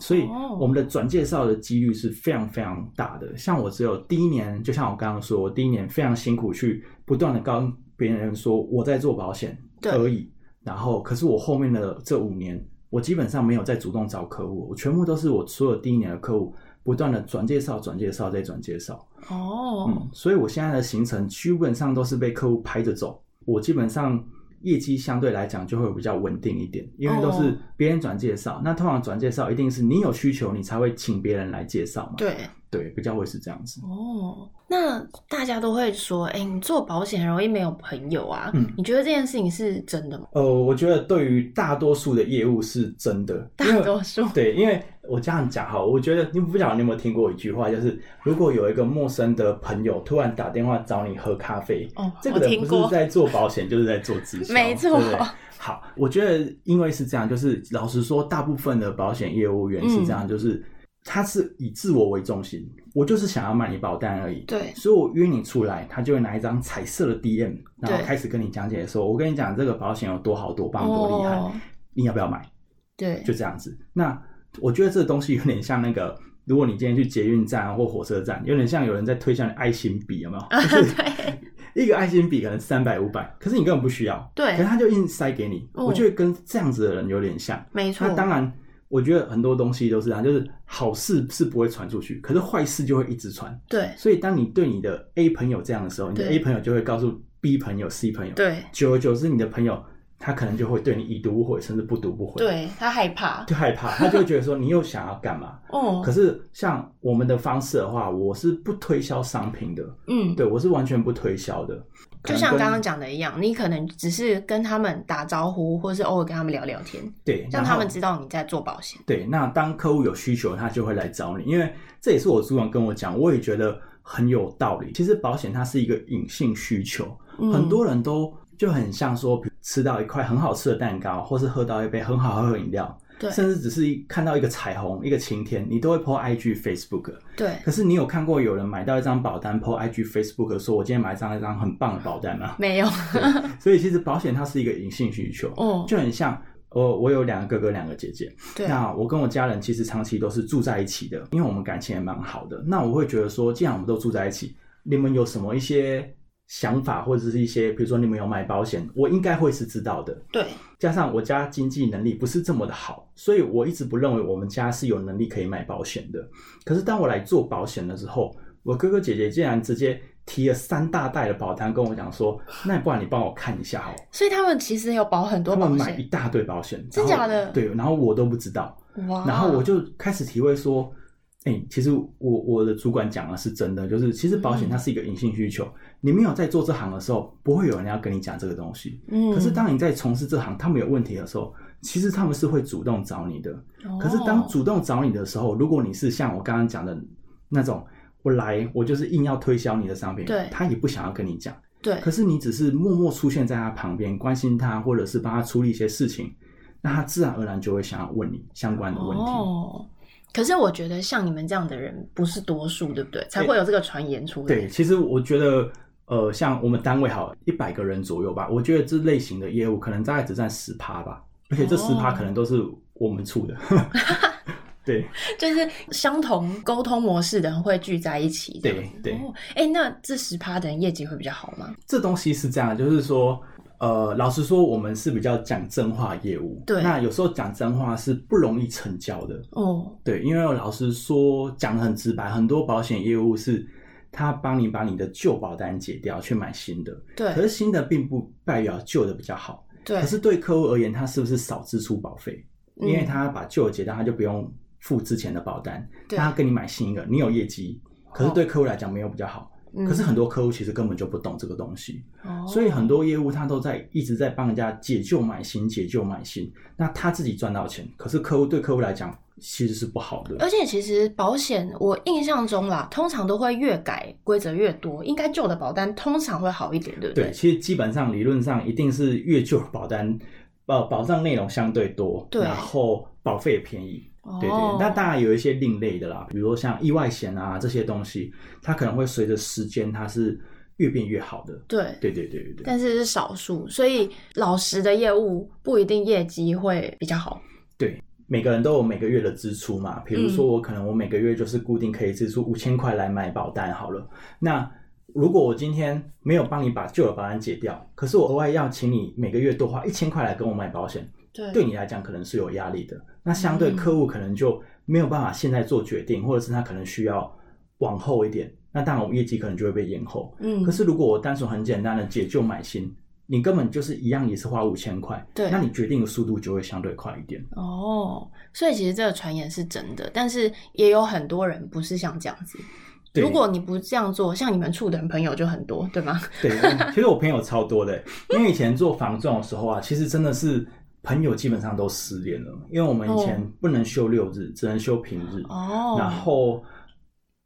S3: 所以
S2: 哦
S3: 我们的转介绍的几率是非常非常大的。像我只有第一年，就像我刚刚说，我第一年非常辛苦去不断的跟别人说我在做保险
S2: 对
S3: 而已。然后，可是我后面的这五年，我基本上没有再主动找客户，我全部都是我所有第一年的客户不断的转介绍、转介绍再转介绍。
S2: 哦，
S3: 嗯，所以我现在的行程基本上都是被客户拍着走，我基本上业绩相对来讲就会比较稳定一点，因为都是
S2: 哦
S3: 别人转介绍。那通常转介绍一定是你有需求，你才会请别人来介绍嘛。
S2: 对
S3: 对，比较会是这样子。
S2: 哦，那大家都会说，哎、你做保险很容易没有朋友啊。
S3: 嗯
S2: 你觉得这件事情是真的吗？
S3: 呃，我觉得对于大多数的业务是真的，
S2: 大
S3: 因为
S2: 多数
S3: 对，因为我这样讲哈，我觉得你不晓得你有没有听过一句话，就是如果有一个陌生的朋友突然打电话找你喝咖啡，
S2: 哦，
S3: 这
S2: 我
S3: 个人
S2: 听
S3: 不是
S2: 过，
S3: 在做保险，就是在做直
S2: [LAUGHS]
S3: 销，
S2: 没错
S3: 对不对好，我觉得因为是这样，就是老实说，大部分的保险业务员是这
S2: 嗯
S3: 样，就是他是以自我为中心，我就是想要卖你保单而已。
S2: 对
S3: 所以我约你出来，他就会拿一张彩色的 DM，然后
S2: 对
S3: 开始跟你讲解说：“我跟你讲，这个保险有多好、多棒、多厉害，
S2: 哦
S3: 你要不要买？”
S2: 对
S3: 就这样子。那我觉得这个东西有点像那个，如果你今天去捷运站啊或火车站，有点像有人在推销你爱心笔，有没
S2: 啊
S3: 有？就是一个爱心笔可能三百五百，可是你根本不需要，可是
S2: 对，
S3: 他就硬塞给你。
S2: 哦
S3: 我觉得跟这样子的人有点像。
S2: 没错
S3: 那，当然，我觉得很多东西都是这样，就是好事是不会传出去，可是坏事就会一直传。
S2: 对
S3: 所以当你对你的 A 朋友这样的时候，你的
S2: 对
S3: A 朋友就会告诉 B 朋友、C 朋友，
S2: 对
S3: 久而久之，你的朋友他可能就会对你已读不回，甚至不读不回。
S2: 对，他害怕
S3: 就害
S2: [LAUGHS]
S3: 怕，他就会觉得说你又想要干嘛？
S2: 哦，
S3: 可是像我们的方式的话，我是不推销商品的，
S2: 嗯，
S3: 对我是完全不推销的。
S2: 就像
S3: 可能跟
S2: 刚刚讲的一样，你可能只是跟他们打招呼，或是偶尔跟他们聊聊天，
S3: 对，
S2: 让
S3: 然
S2: 他
S3: 后
S2: 们知道你在做保险。
S3: 对，那当客户有需求，他就会来找你，因为这也是我主管跟我讲，我也觉得很有道理。其实保险它是一个隐性需求，
S2: 嗯
S3: 很多人都就很像说，比如吃到一块很好吃的蛋糕，或是喝到一杯很好喝的饮料，
S2: 对
S3: 甚至只是一看到一个彩虹、一个晴天，你都会 po IG、Facebook 了。
S2: 对，？
S3: 可是你有看过有人买到一张保单，po IG、Facebook 说我今天买一张一张很棒的保单吗
S2: [LAUGHS] 没有
S3: 所以其实保险它是一个隐性需求，
S2: 哦，
S3: 就很像呃我我有两个哥哥两个姐姐，
S2: 对
S3: 那我跟我家人其实长期都是住在一起的，因为我们感情也蛮好的。那我会觉得说，既然我们都住在一起，你们有什么一些想法或者是一些，比如说你们有买保险，我应该会是知道的。
S2: 对
S3: 加上我家经济能力不是这么的好，所以我一直不认为我们家是有能力可以买保险的。可是当我来做保险的时候，我哥哥姐姐竟然直接提了三大袋的保单跟我讲说：“那不然你帮我看一下好了。
S2: 所以他们其实有保很”多
S3: 他们
S2: 保
S3: 买一
S2: 险，
S3: 大堆保险，
S2: 真
S3: 然后
S2: 假的
S3: 对，然后我都不知道，
S2: 哇！哦
S3: 然后我就开始体会说。哎、其实我我的主管讲的是真的，就是其实保
S2: 嗯
S3: 险它是一个隐性需求，你没有在做这行的时候，不会有人要跟你讲这个东西。
S2: 嗯，
S3: 可是当你在从事这行，他们有问题的时候，其实他们是会主动找你的。
S2: 哦
S3: 可是当主动找你的时候，如果你是像我刚刚讲的那种，我来我就是硬要推销你的商品，
S2: 对
S3: 他也不想要跟你讲。
S2: 对
S3: 可是你只是默默出现在他旁边，关心他，或者是帮他处理一些事情，那他自然而然就会想要问你相关的问题。
S2: 哦，可是我觉得像你们这样的人不是多数，对不对？才会有这个传言出来。
S3: 对，其实我觉得，呃，像我们单位好一百个人左右吧，我觉得这类型的业务可能大概只占十趴吧，而且这十趴
S2: 哦
S3: 可能都是我们出的。 [LAUGHS] 对
S2: 就是相同沟通模式的人会聚在一起这样子。
S3: 对对
S2: 哦，哎、那这十趴的人业绩会比较好吗？
S3: 这东西是这样，就是说，呃，老实说，我们是比较讲真话业务。
S2: 对
S3: 那有时候讲真话是不容易成交的。
S2: 哦，
S3: 对，因为老实说，讲得很直白，很多保险业务是他帮你把你的旧保单解掉，去买新的。可
S2: 对
S3: 是新的并不代表旧的比较好，
S2: 对
S3: 可，是对客户而言，他是不是少支出保费？因为
S2: 嗯
S3: 他把旧的解掉，他就不用付之前的保单，
S2: 对
S3: 那他跟你买新一个，你有业绩，可是对客户来讲没有比较
S2: 嗯
S3: 好。可是很多客户其实根本就不懂这个东西，
S2: 哦
S3: 所以很多业务他都在一直在帮人家解救买新，解救买新。那他自己赚到钱，可是客户对客户来讲其实是不好的。
S2: 而且其实保险，我印象中啦，通常都会越改规则越多，应该旧的保单通常会好一点，对不
S3: 对，
S2: 对？
S3: 其实基本上理论上一定是越旧的保单，呃，保障内容相对多，
S2: 对
S3: 然后保费也便宜。
S2: 哦
S3: 对对，那当然有一些另类的啦，比如说像意外险啊这些东西，它可能会随着时间它是越变越好的。
S2: 对，
S3: 对对对对对，
S2: 但是是少数，所以老实的业务不一定业绩会比较好。
S3: 每个人都有每个月的支出嘛，比
S2: 嗯
S3: 如说我可能我每个月就是固定可以支出五千块来买保单好了。那如果我今天没有帮你把旧的保单解掉，可是我额外要请你每个月多花一千块来跟我买保险，
S2: 对
S3: 对你来讲可能是有压力的。那相
S2: 嗯
S3: 对客户可能就没有办法现在做决定，或者是他可能需要往后一点。那当然，我们业绩可能就会被延后。
S2: 嗯，
S3: 可是如果我单纯很简单的解救买新，你根本就是一样也是花五千块，
S2: 对
S3: 那你决定的速度就会相对快
S2: [LAUGHS]
S3: 一点。
S2: 哦，所以其实这个传言是真的，但是也有很多人不是像这样子。
S3: 对
S2: 如果你不这样做，像你们处的朋友就很多，对
S3: [LAUGHS]
S2: 吗？
S3: 对，其实我朋友超多的，因为以前做房仲的时候啊，其实真的是朋友基本上都失联了，因为我们以前不能休六日，只能休平日。
S2: 哦，
S3: 然后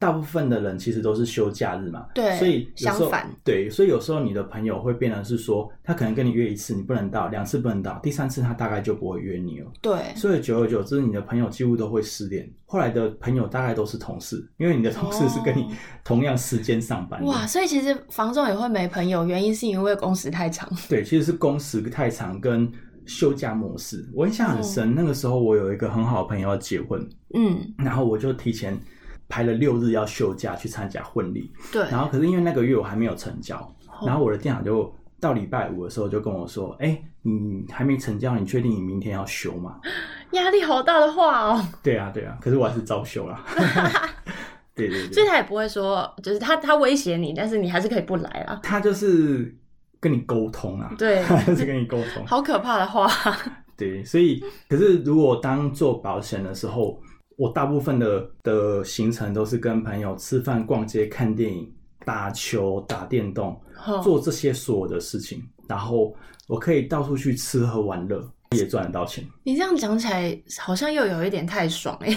S3: 大部分的人其实都是休假日嘛，
S2: 对
S3: 所以有时候
S2: 相反，
S3: 对，所以有时候你的朋友会变成是说，他可能跟你约一次，你不能到，两次不能到，第三次他大概就不会约你了。
S2: 对，
S3: 所以久而久之，你的朋友几乎都会失联。后来的朋友大概都是同事，因为你的同事是跟你
S2: 哦
S3: 同样时间上班的。
S2: 哇，所以其实房仲也会没朋友，原因是因为工时太长。
S3: 对，其实是工时太长跟休假模式。我印象很深，那个时候我有一个很好的朋友要结婚，
S2: 哦嗯，
S3: 然后我就提前排了六日要休假去参加婚礼。
S2: 对，
S3: 然后可是因为那个月我还没有成交，
S2: 哦
S3: 然后我的店长就到礼拜五的时候就跟我说：“哎、你还没成交，你确定你明天要休吗 [LAUGHS]
S2: 压力好大的话哦，？”
S3: 对啊，对啊，可是我还是照休啦。 [LAUGHS] 对对
S2: 所以
S3: 对，
S2: 他也不会说，就是他他威胁你，但是你还是可以不来啦。
S3: 他就是跟你沟通啊， [LAUGHS]
S2: 对，
S3: 他就是跟你沟通。
S2: 好可怕的
S3: [LAUGHS]
S2: 话，
S3: 对，所以可是如果当做保险的时候，我大部分的的行程都是跟朋友吃饭、逛街、看电影、打球、打电动，
S2: 哦
S3: 做这些所有的事情，然后我可以到处去吃喝玩乐，也赚得到钱。
S2: 你这样讲起来好像又有一点太爽哎、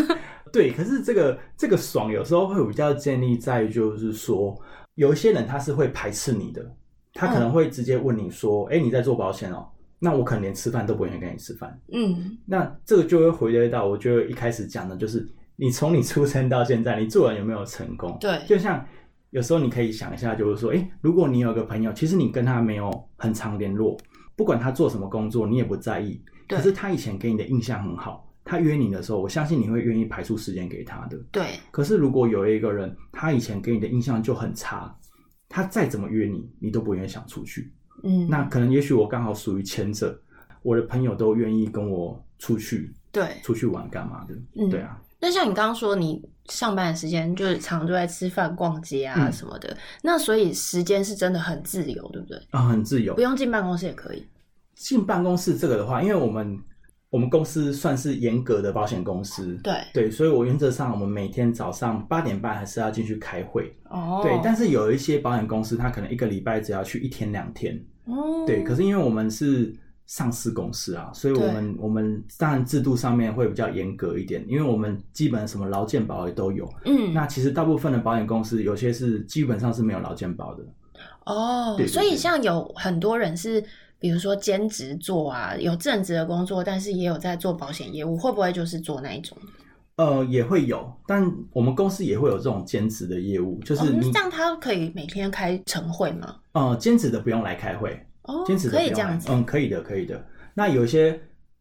S3: [LAUGHS] 对，可是这个这个爽有时候会比较建立在就是说，有一些人他是会排斥你的，他可能会直接问你说：“哎、你在做保险哦？”那我可能连吃饭都不愿意跟你吃饭。
S2: 嗯，
S3: 那这个就会回归到我觉得一开始讲的，就是你从你出生到现在，你做人有没有成功？
S2: 对
S3: 就像有时候你可以想一下，就是说，诶、如果你有个朋友，其实你跟他没有很常联络，不管他做什么工作，你也不在意，
S2: 对
S3: 可是他以前给你的印象很好，他约你的时候，我相信你会愿意排出时间给他的。
S2: 对，
S3: 可是如果有一个人，他以前给你的印象就很差，他再怎么约你，你都不愿意想出去。
S2: 嗯，
S3: 那可能也许我刚好属于前者，我的朋友都愿意跟我出去
S2: 对，
S3: 出去玩干嘛的，
S2: 嗯
S3: 对啊，
S2: 那像你刚刚说，你上班的时间就是常常都在吃饭、逛街啊
S3: 嗯
S2: 什么的，那所以时间是真的很自由，对不对？
S3: 啊、很自由
S2: 不。用进办公室也可以。
S3: 进办公室这个的话，因为我们我们公司算是严格的保险公司，
S2: 对，
S3: 对，所以我原则上我们每天早上八点半还是要进去开会，
S2: 哦，
S3: 对。但是有一些保险公司，它可能一个礼拜只要去一天两天，
S2: 哦，
S3: 对。可是因为我们是上市公司啊，所以我们我们当然制度上面会比较严格一点，因为我们基本什么劳健保也都有，
S2: 嗯，
S3: 那其实大部分的保险公司有些是基本上是没有劳健保的，
S2: 哦，
S3: 对对
S2: 所以
S3: 对
S2: 像有很多人是，比如说兼职做啊，有正职的工作，但是也有在做保险业务，会不会就是做那一种？
S3: 呃，也会有，但我们公司也会有这种兼职的业务，就是
S2: 哦，
S3: 你、
S2: 那这样他可以每天开晨会吗？
S3: 呃兼职的不用来开会，
S2: 哦，
S3: 兼职的
S2: 可
S3: 不
S2: 以
S3: 用
S2: 这样
S3: 来
S2: 子，
S3: 嗯，可以的，可以的。那有一些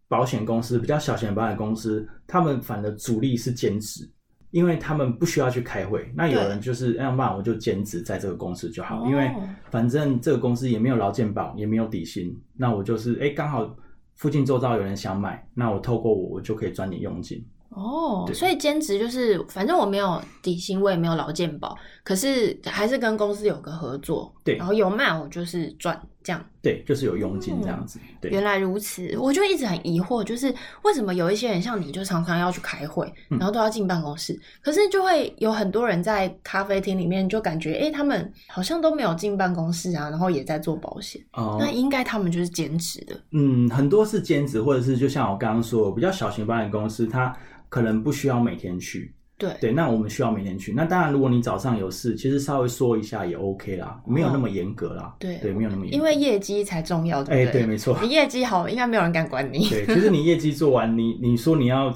S3: 保险公司比较小型的保险公司，他们反的主力是兼职。因为他们不需要去开会，那有
S2: 对
S3: 人就是，要不然我就兼职在这个公司就好，因为
S2: 哦
S3: 反正这个公司也没有劳健保，也没有底薪，那我就是，哎，刚好附近周遭有人想买，那我透过我，我就可以赚点佣金。
S2: 哦，
S3: 对
S2: 所以兼职就是，反正我没有底薪，我也没有劳健保，可是还是跟公司有个合作，
S3: 对
S2: 然后有卖我就是赚，这样。
S3: 对，就是有佣金这样子。
S2: 原
S3: 对，
S2: 来如此，我就一直很疑惑，就是为什么有一些人像你，就常常要去开会，
S3: 嗯
S2: 然后都要进办公室，可是就会有很多人在咖啡厅里面就感觉，哎、他们好像都没有进办公室啊，然后也在做保险，
S3: 哦
S2: 那应该他们就是兼职的，
S3: 嗯，很多是兼职，或者是就像我刚刚说，比较小型保险公司，它可能不需要每天去。
S2: 对，
S3: 对，那我们需要每天去。那当然，如果你早上有事，其实稍微说一下也 OK 啦，没有那么严格啦。
S2: 对
S3: 对，没有那么严格。
S2: 因为业绩才重要，
S3: 哎、
S2: 对哦不对？
S3: 对，没错。
S2: 你业绩好，应该没有人敢管你。
S3: 对，就是你业绩做完，你你说你要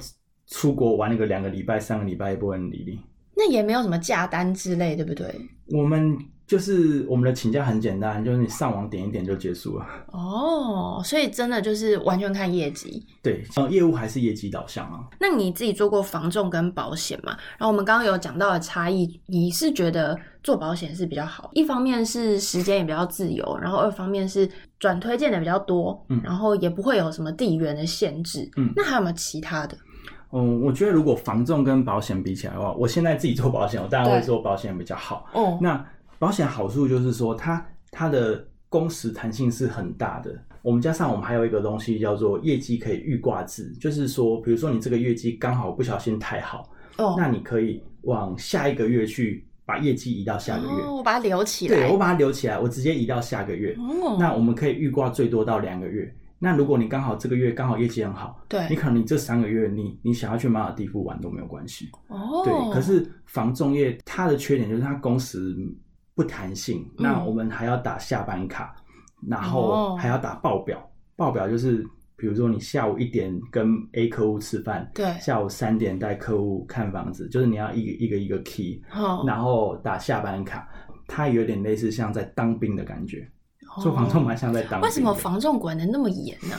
S3: 出国玩那个两个礼拜、三个礼拜，也不会有人理你。
S2: 那也没有什么价单之类，对不对？
S3: 我们就是我们的请假很简单，就是你上网点一点就结束了。
S2: 哦，所以真的就是完全看业绩。
S3: 对，呃，业务还是业绩导向啊。
S2: 那你自己做过房仲跟保险嘛？然后我们刚刚有讲到的差异，你是觉得做保险是比较好，一方面是时间也比较自由，然后二方面是转推荐的比较多，
S3: 嗯
S2: 然后也不会有什么地缘的限制。
S3: 嗯
S2: 那还有没有其他的？
S3: 嗯，我觉得如果房仲跟保险比起来的话，我现在自己做保险，我当然会
S2: 对
S3: 做保险比较好。
S2: 哦，
S3: 那保险好处就是说，它它的工时弹性是很大的。我们加上我们还有一个东西叫做业绩可以预挂制，就是说，比如说你这个业绩刚好不小心太好，
S2: 哦，
S3: 那你可以往下一个月去把业绩移到下个月。
S2: 哦，我把它留起来。
S3: 对，我把它留起来，我直接移到下个月。
S2: 哦，
S3: 那我们可以预挂最多到两个月。那如果你刚好这个月刚好业绩很好，你
S2: 对，
S3: 可能你这三个月你你想要去马尔地夫玩都没有关系。
S2: 哦，
S3: 对，可是房仲业它的缺点就是它工时不弹性，
S2: 嗯
S3: 那我们还要打下班卡，然后
S2: 哦
S3: 还要打报表。报表就是比如说你下午一点跟 A 客户吃饭，
S2: 对，
S3: 下午三点带客户看房子，就是你要一个一个一个 key，
S2: 哦，
S3: 然后打下班卡。它有点类似像在当兵的感觉，做房仲
S2: 哦
S3: 蛮像在当兵的。
S2: 为什么房仲管的那么严呢、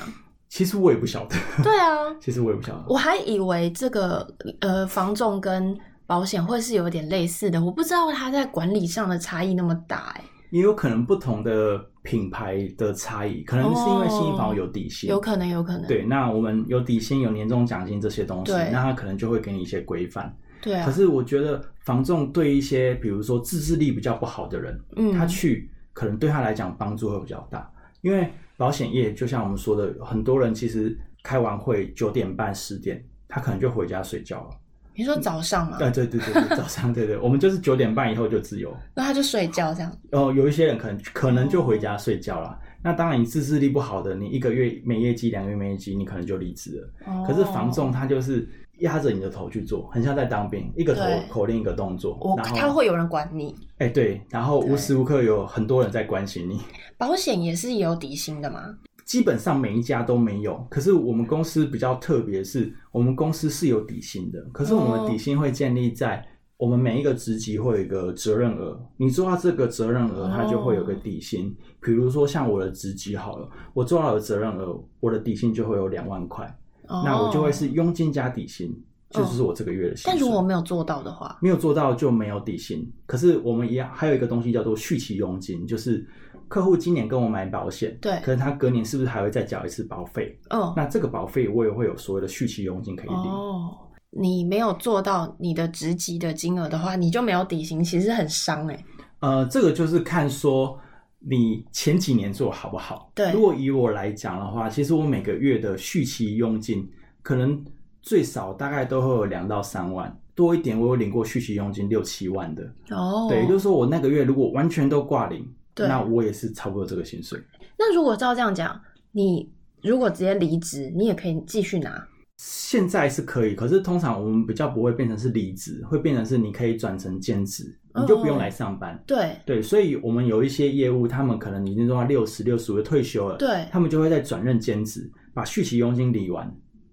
S3: 其实我也不晓得，
S2: [LAUGHS] 对啊，
S3: 其实我也不晓得。
S2: 我还以为这个呃房仲跟保险会是有点类似的，我不知道它在管理上的差异那么大哎、
S3: 也有可能不同的品牌的差异，可能是因为新一房有底薪，
S2: 哦有可能，有可能，
S3: 对。那我们有底薪、有年终奖金这些东西，
S2: 对
S3: 那他可能就会给你一些规范。
S2: 对
S3: 可
S2: 啊，
S3: 是我觉得房仲对一些，比如说自制力比较不好的人，
S2: 嗯，
S3: 他去可能对他来讲帮助会比较大，因为保险业就像我们说的，很多人其实开完会九点半、十点，他可能就回家睡觉了。
S2: 你说早上嘛，
S3: 嗯对对对对对，早上对对，我们就是九点半以后就自由。
S2: 那他就睡觉这样，
S3: 哦，有一些人可能可能就回家睡觉啦。那当然，你自制力不好的，你一个月没业绩，两个月没业绩，你可能就离职了。
S2: 哦
S3: 可是房仲他就是压着你的头去做，很像在当兵，一个头
S2: 对
S3: 口令一个动作
S2: 我，
S3: 然
S2: 他
S3: 后
S2: 会有人管你，
S3: 哎、对，然后
S2: 对
S3: 无时无刻有很多人在关心你。
S2: 保险也是有底薪的嘛，
S3: 基本上每一家都没有，可是我们公司比较特别是，我们公司是有底薪的，可是我们的底薪会建立在我们每一个职级会有一个责任额，你做到这个责任额，
S2: 哦
S3: 它就会有个底薪。比如说像我的职级好了，我做到了责任额，我的底薪就会有两万块，
S2: 哦、
S3: 那我就会，是佣金加底薪，
S2: 哦
S3: 就是我这个月的薪水。
S2: 但如果没有做到的话，
S3: 没有做到就没有底薪。可是我们一样还有一个东西叫做续期佣金，就是客户今年跟我买保险，
S2: 对
S3: 可是他隔年是不是还会再缴一次保费？
S2: 嗯，
S3: 那这个保费我也会有所谓的续期佣金可以领。
S2: 哦。你没有做到你的职级的金额的话，你就没有底薪，其实很伤哎、
S3: 呃，这个就是看说你前几年做好不好。
S2: 对
S3: 如果以我来讲的话，其实我每个月的续期佣金可能最少大概都会有两到三万。多一点，我有领过续期佣金六七万的，
S2: 哦，
S3: 对，也就是说我那个月如果完全都挂零，
S2: 对
S3: 那我也是差不多这个薪水。
S2: 那如果照这样讲，你如果直接离职，你也可以继续拿
S3: 现在是可以，可是通常我们比较不会变成是离职，会变成是你可以转成兼职，
S2: 哦
S3: 你就不用来上班。
S2: 对
S3: 对，所以我们有一些业务，他们可能已经做到六十、六十五退休了，
S2: 对，
S3: 他们就会再转任兼职，把续期佣金理完，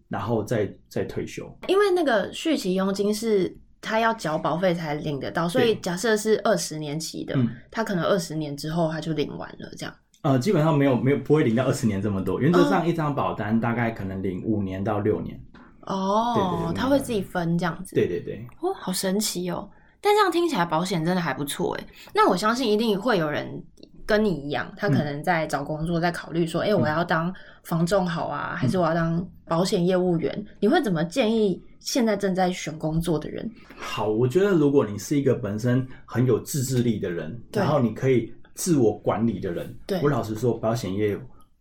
S3: 然后再再退休。
S2: 因为那个续期佣金是他要缴保费才领得到，所以
S3: 对
S2: 假设是二十年期的，
S3: 嗯，
S2: 他可能二十年之后他就领完了，这样
S3: 呃，基本上没有没有不会领到二十年这么
S2: 哦
S3: 多，原则上一张保单大概可能领五年到六年。
S2: 哦，
S3: 对对对
S2: 他会自己分这样子，
S3: 对对对，
S2: 哦，好神奇哦！但这样听起来保险真的还不错哎。那我相信一定会有人跟你一样，他
S3: 嗯
S2: 可能在找工作，在考虑说，哎、
S3: 嗯
S2: 我要当房仲好啊，还是我要当保险业务员？你会怎么建议现在正在选工作的人？
S3: 好，我觉得如果你是一个本身很有自制力的人，
S2: 对
S3: 然后你可以自我管理的人，
S2: 对
S3: 我老实说，保险业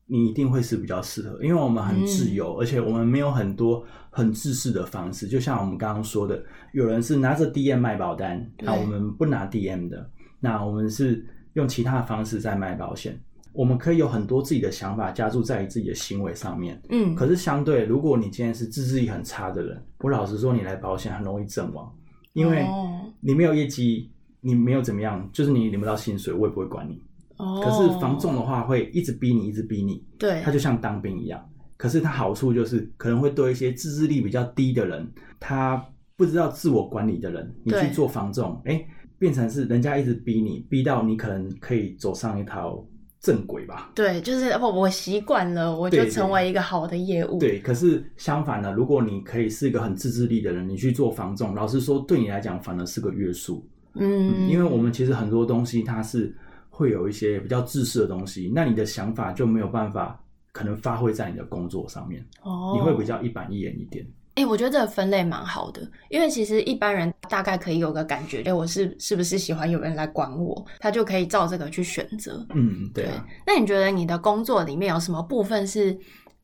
S3: 你一定会是比较适合，因为我们很自
S2: 嗯
S3: 由，而且我们没有很多很自私的方式。就像我们刚刚说的，有人是拿着 DM 卖保单，
S2: 对
S3: 那我们不拿 DM 的，那我们是用其他的方式在卖保险。我们可以有很多自己的想法加注在自己的行为上面，
S2: 嗯，
S3: 可是相对，如果你今天是自制力很差的人，我老实说，你来保险很容易阵亡，因为
S2: 哦
S3: 你没有业绩，你没有怎么样，就是你领不到薪水，我也不会管你。
S2: 哦，
S3: 可是防重的话，会一直逼你，一直逼你，
S2: 对
S3: 它，就像当兵一样。可是它好处就是，可能会对一些自制力比较低的人，他不知道自我管理的人，你
S2: 对
S3: 去做防重，哎、变成是人家一直逼你，逼到你可能可以走上一条正轨吧。
S2: 对，就是我我习惯了，我就
S3: 对
S2: 成为一个好的业务。
S3: 对，可是相反呢，如果你可以是一个很自制力的人，你去做防重，老实说，对你来讲反而是个约束。
S2: 嗯，
S3: 因为我们其实很多东西它是会有一些比较自私的东西，那你的想法就没有办法可能发挥在你的工作上面，
S2: 哦，
S3: 你会比较一板一眼一点。
S2: 哎、我觉得这个分类蛮好的，因为其实一般人大概可以有个感觉，哎、我是是不是喜欢有人来管我，他就可以照这个去选择。
S3: 嗯，对啊。
S2: 那你觉得你的工作里面有什么部分是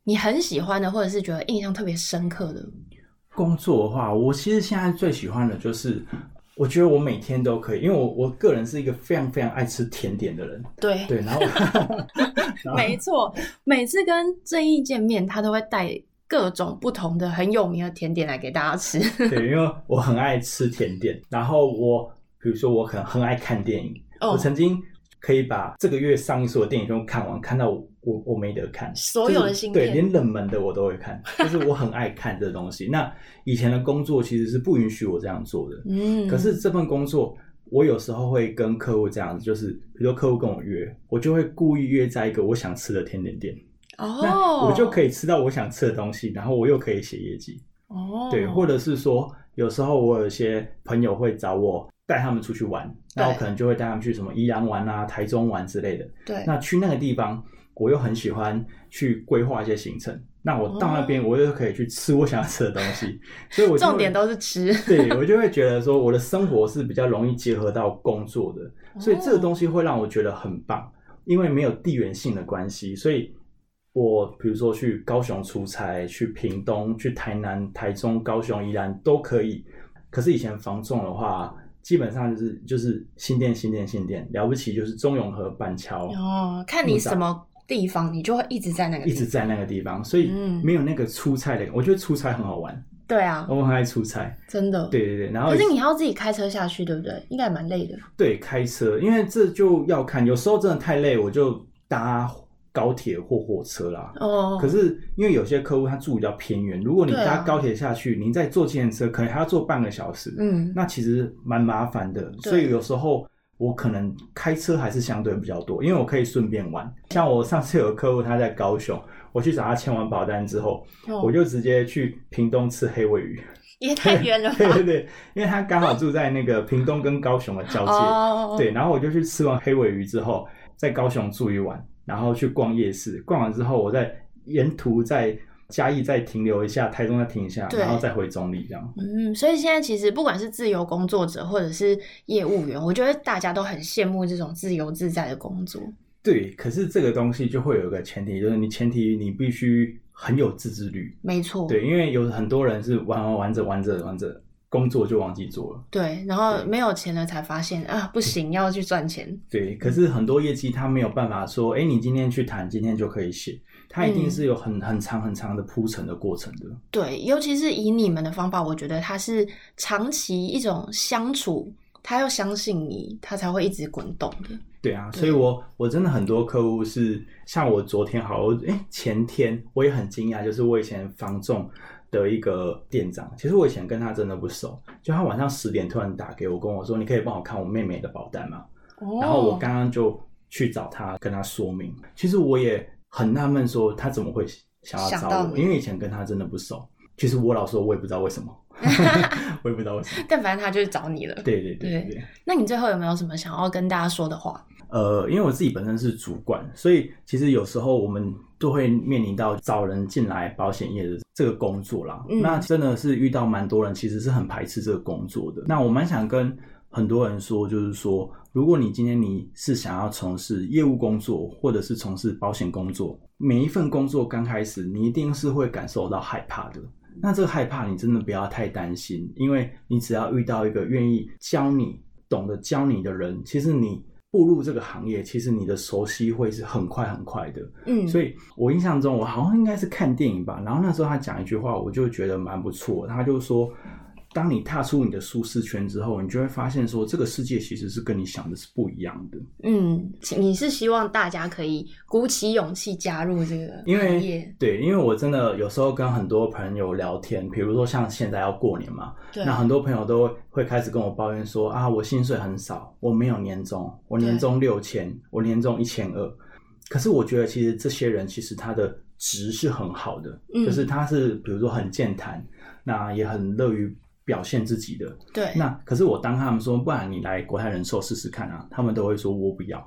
S2: 你很喜欢的，或者是觉得印象特别深刻的？
S3: 工作的话，我其实现在最喜欢的就是，我觉得我每天都可以，因为我我个人是一个非常非常爱吃甜点的人，
S2: 对，
S3: 对，啊然后 [LAUGHS] 然后
S2: 没错，每次跟正义见面，他都会带各种不同的很有名的甜点来给大家
S3: [LAUGHS]
S2: 吃。
S3: 对，因为我很爱吃甜点，然后我比如说我很很爱看电影，
S2: 哦
S3: 我曾经可以把这个月上映所有电影都看完，看到我我我没得看，
S2: 所有的新
S3: 就是
S2: 片
S3: 对，连冷门的我都会看，就是我很爱看这东西。那以前的工作其实是不允许我这样做的，
S2: 嗯，
S3: 可是这份工作，我有时候会跟客户这样子，就是比如说客户跟我约，我就会故意约在一个我想吃的甜点店，
S2: 哦，
S3: 那我就可
S2: 以
S3: 以吃到我想吃的东西，然后我又可以写业绩。
S2: 哦，
S3: 对，或者是说，有时候我有一些朋友会找我带他们出去玩，那我
S2: 对
S3: 可能就会带他们去什么宜兰玩啊、台中玩之类的。
S2: 对，
S3: 那去那个地方，我又很喜欢去规划一些行程。那我到那边，我又可以去吃我想要吃的东
S2: [LAUGHS]
S3: 西，所以我就会
S2: 哦重点都是吃。
S3: [LAUGHS] 对我就会觉得说，我的生活是比较容易结合到工作
S2: 哦
S3: 的，所以这个东西会让我觉得很棒，因为没有地缘性的关系，所以我比如说去高雄出差，去屏东、去台南、台中、高雄、宜兰都可以。可是以前房仲的话，基本上就是就是新店、新店、新店，了不起就是中永和、板桥，
S2: 哦，看你什么地方，你就会一直在那个地
S3: 一
S2: 方。
S3: 直在那个地方，所以
S2: 嗯
S3: 没有那个出差的。我觉得出差很好玩，
S2: 对啊，
S3: 我很爱出差。
S2: 真的。
S3: 哦对对对，然后
S2: 可是你还要自己开车下去，对不对？应该也蛮累的。
S3: 对，开车，因为这就要看，有时候真的太累，我就搭高铁或火车啦。
S2: 哦，
S3: 可是因为有些客户他住比较偏远，如果你
S2: 对啊
S3: 搭高铁下去，你再坐计程车，可能还要坐半个小时， [LAUGHS]
S2: 嗯，
S3: 那其实蛮麻烦的。
S2: 对
S3: 所以有时候我可能开车还是相对比较多，因为我可以顺便玩。像我上次有个客户他在高雄，我去找他签完保单之后，
S2: 哦
S3: 我就直接去屏东吃黑尾鱼。
S2: 也太远了
S3: [LAUGHS] 对
S2: 吧。
S3: 对对，因为他刚好住在那个屏东跟高雄的交界。
S2: 哦，
S3: 对，然后我就去吃完黑尾鱼之后，在高雄住一晚，然后去逛夜市，逛完之后，我再沿途在嘉义再停留一下，台中再停一下，
S2: 对
S3: 然后再回中立这样。
S2: 嗯，所以现在其实不管是自由工作者或者是业务员，我觉得大家都很羡慕这种自由自在的工作。
S3: 对，可是这个东西就会有一个前提，就是你前提你必须很有自制力。
S2: 没错，
S3: 对，因为有很多人是玩玩玩着玩着玩着，工作就忘记做了。
S2: 对然后
S3: 对
S2: 没有钱了才发现啊，不行，要去赚钱。
S3: 对，可是很多业绩他没有办法说，哎，你今天去谈，今天就可以写，它一定
S2: 嗯
S3: 是有很很长很长的铺陈的过程的。
S2: 对，尤其是以你们的方法，我觉得他是长期一种相处，他要相信你，他才会一直滚动的。
S3: 对啊，
S2: 对
S3: 所以我我真的很多客户是像我昨天好，哎、诶前天我也很惊讶，就是我以前房仲的一个店长，其实我以前跟他真的不熟，就他晚上十点突然打给我，跟我说你可以帮我看我妹妹的保单吗？哦然后
S2: 哦
S3: 我刚刚就去找他跟他说明，其实我也很纳闷说他怎么会想要
S2: 想
S3: 找
S2: 到
S3: 我，
S2: 你
S3: 因为以前跟他真的不熟。其实我老实说，我也不知道为
S2: [LAUGHS]
S3: 什么，我也不知道为什么。
S2: [LAUGHS] 但反正他就是找你了。
S3: 对对对对，
S2: 那你最后有没有什么想要跟大家说的话？
S3: 呃，因为我自己本身是主管，所以其实有时候我们都会面临到找人进来保险业的这个工作啦。
S2: 嗯
S3: 那真的是遇到蛮多人其实是很排斥这个工作的。那我蛮想跟很多人说，就是说，如果你今天你是想要从事业务工作，或者是从事保险工作，每一份工作刚开始，你一定是会感受到害怕的。那这个害怕你真的不要太担心，因为你只要遇到一个愿意教你、懂得教你的人，其实你步入这个行业，其实你的熟悉会是很快很快的。
S2: 嗯，
S3: 所
S2: 以
S3: 以我印象中，我好像应该是看电影吧，然后那时候他讲一句话，我就觉得蛮不错。他就说，当你踏出你的舒适圈之后，你就会发现说，这个世界其实是跟你想的是不一样的。
S2: 嗯，你是希望大家可以鼓起勇气加入这个
S3: 因
S2: 行
S3: 为
S2: 业？
S3: 对，因为我真的有时候跟很多朋友聊天，比如说像现在要过年嘛，
S2: 对，
S3: 那很多朋友都会开始跟我抱怨说啊，我薪水很少，我没有年终，我
S2: 对
S3: 年终六千，我年终一千二。可是我觉得，其实这些人其实他的值是很好的，
S2: 嗯
S3: 就是他是比如说很健谈，那也很乐于表现自己的。
S2: 对，
S3: 那可是我当他们说，不然你来国泰人寿试试看啊，他们都会说我不要，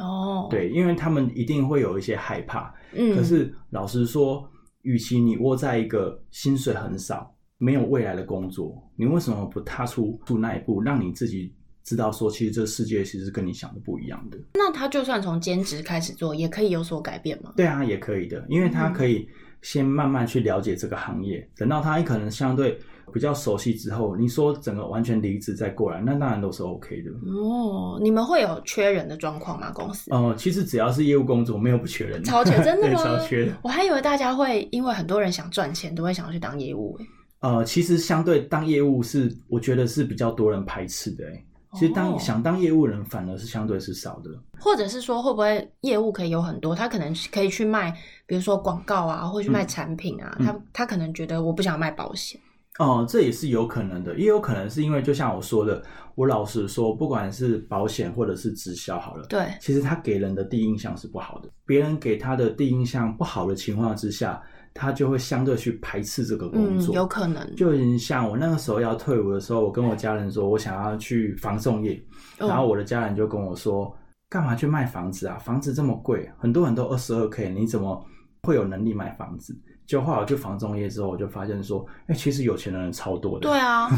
S2: 哦，，
S3: 对，因为他们一定会有一些害怕，
S2: 嗯，
S3: 可是老实说，与其你窝在一个薪水很少、没有未来的工作，你为什么不踏出出那一步，让你自己知道说，其实这世界其实跟你想的不一样的？
S2: 那他就算从兼职开始做，也可以有所改变吗？
S3: 对啊，也可以的，因为他可以先慢慢去了解这个行业，等到他可能相对比较熟悉之后，你说整个完全离职再过来，那当然都是 OK 的。
S2: 哦，你们会有缺人的状况吗？公司？
S3: 呃，其实只要是业务工作，没有不缺人的，
S2: 超
S3: [LAUGHS]
S2: 缺真的
S3: 对
S2: 吗
S3: 超缺的。
S2: 我还以为大家会因为很多人想赚钱，都会想要去当业务欸。
S3: 呃，其实相对当业务是，我觉得是比较多人排斥的、欸。其实当、
S2: 哦
S3: 想当业务人反而是相对是少的。
S2: 或者是说，会不会业务可以有很多？他可能可以去卖，比如说广告啊，或去卖产品啊。
S3: 嗯
S2: 他他可能觉得我不想卖保险。
S3: 哦、这也是有可能的，也有可能是因为就像我说的，我老实说，不管是保险或者是直销好了，
S2: 对，
S3: 其实他给人的第一印象是不好的。别人给他的第一印象不好的情况之下，他就会相对去排斥这个工
S2: 嗯，
S3: 作。
S2: 有可能。
S3: 就很像我那个时候要退伍的时候，我跟我家人说，我想要去防送业，
S2: 嗯
S3: 然后我的家人就跟我说，干嘛去卖房子啊？房子这么贵，很多人都二十二 k，你怎么会有能力买房子？就后来我去房中业之后，我就发现说，哎、其实有钱的人超多的
S2: 对。
S3: [LAUGHS]
S2: 啊，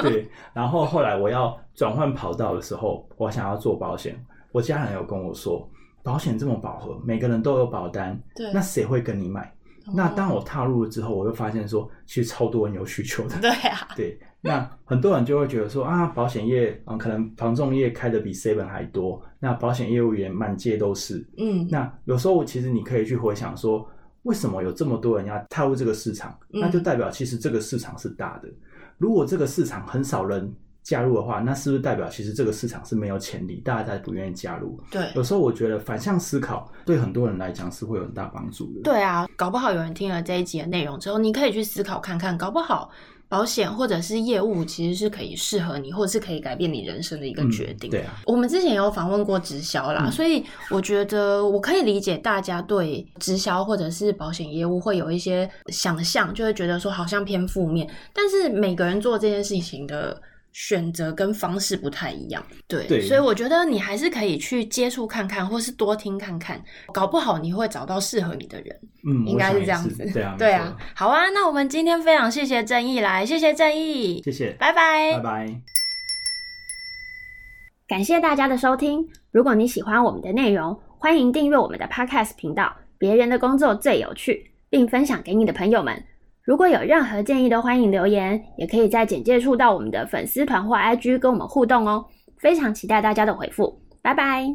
S3: 对，然后后来我要转换跑道的时候，我想要做保险，我家人有跟我说，保险这么饱和，每个人都有保单，
S2: 对
S3: 那谁会跟你买？那当我踏入了之后，我就发现说，其实超多人有需求的。
S2: 对啊，
S3: 对，那很多人就会觉得说啊，保险业啊、嗯可能房仲业开的比 seven 还多，那保险业务员满街都是。
S2: 嗯，
S3: 那有时候其实你可以去回想说，为什么有这么多人要踏入这个市场？
S2: 嗯
S3: 那就代表其实这个市场是大的。如果这个市场很少人加入的话，那是不是代表其实这个市场是没有潜力，大家才不愿意加入？
S2: 对
S3: 有时候我觉得反向思考对很多人来讲是会有很大帮助的。
S2: 对啊，搞不好有人听了这一集的内容之后，你可以去思考看看，搞不好保险或者是业务其实是可以适合你，或者是可以改变你人生的一个
S3: 嗯
S2: 决定。
S3: 对啊，
S2: 我们之前也有访问过直销啦，
S3: 嗯
S2: 所以我觉得我可以理解大家对直销或者是保险业务会有一些想象，就会觉得说好像偏负面，但是每个人做这件事情的。选择跟方式不太一样，对，
S3: 对
S2: 所以我觉得你还是可以去接触看看，或是多听看看，搞不好你会找到适合你的人。
S3: 嗯，
S2: 应该
S3: 我想
S2: 是
S3: 也
S2: 这样子。[LAUGHS]
S3: 对啊，
S2: 对
S3: 没
S2: 啊
S3: 错，
S2: 好啊，那我们今天非常谢谢正义来，谢谢正义，
S3: 谢谢，
S2: 拜拜，
S3: 拜拜。
S1: 感谢大家的收听。如果你喜欢我们的内容，欢迎订阅我们的 Podcast 频道《别人的工作最有趣》，并分享给你的朋友们。如果有任何建议，都欢迎留言，也可以在简介处到我们的粉丝团或 IG 跟我们互动哦。非常期待大家的回复，拜拜。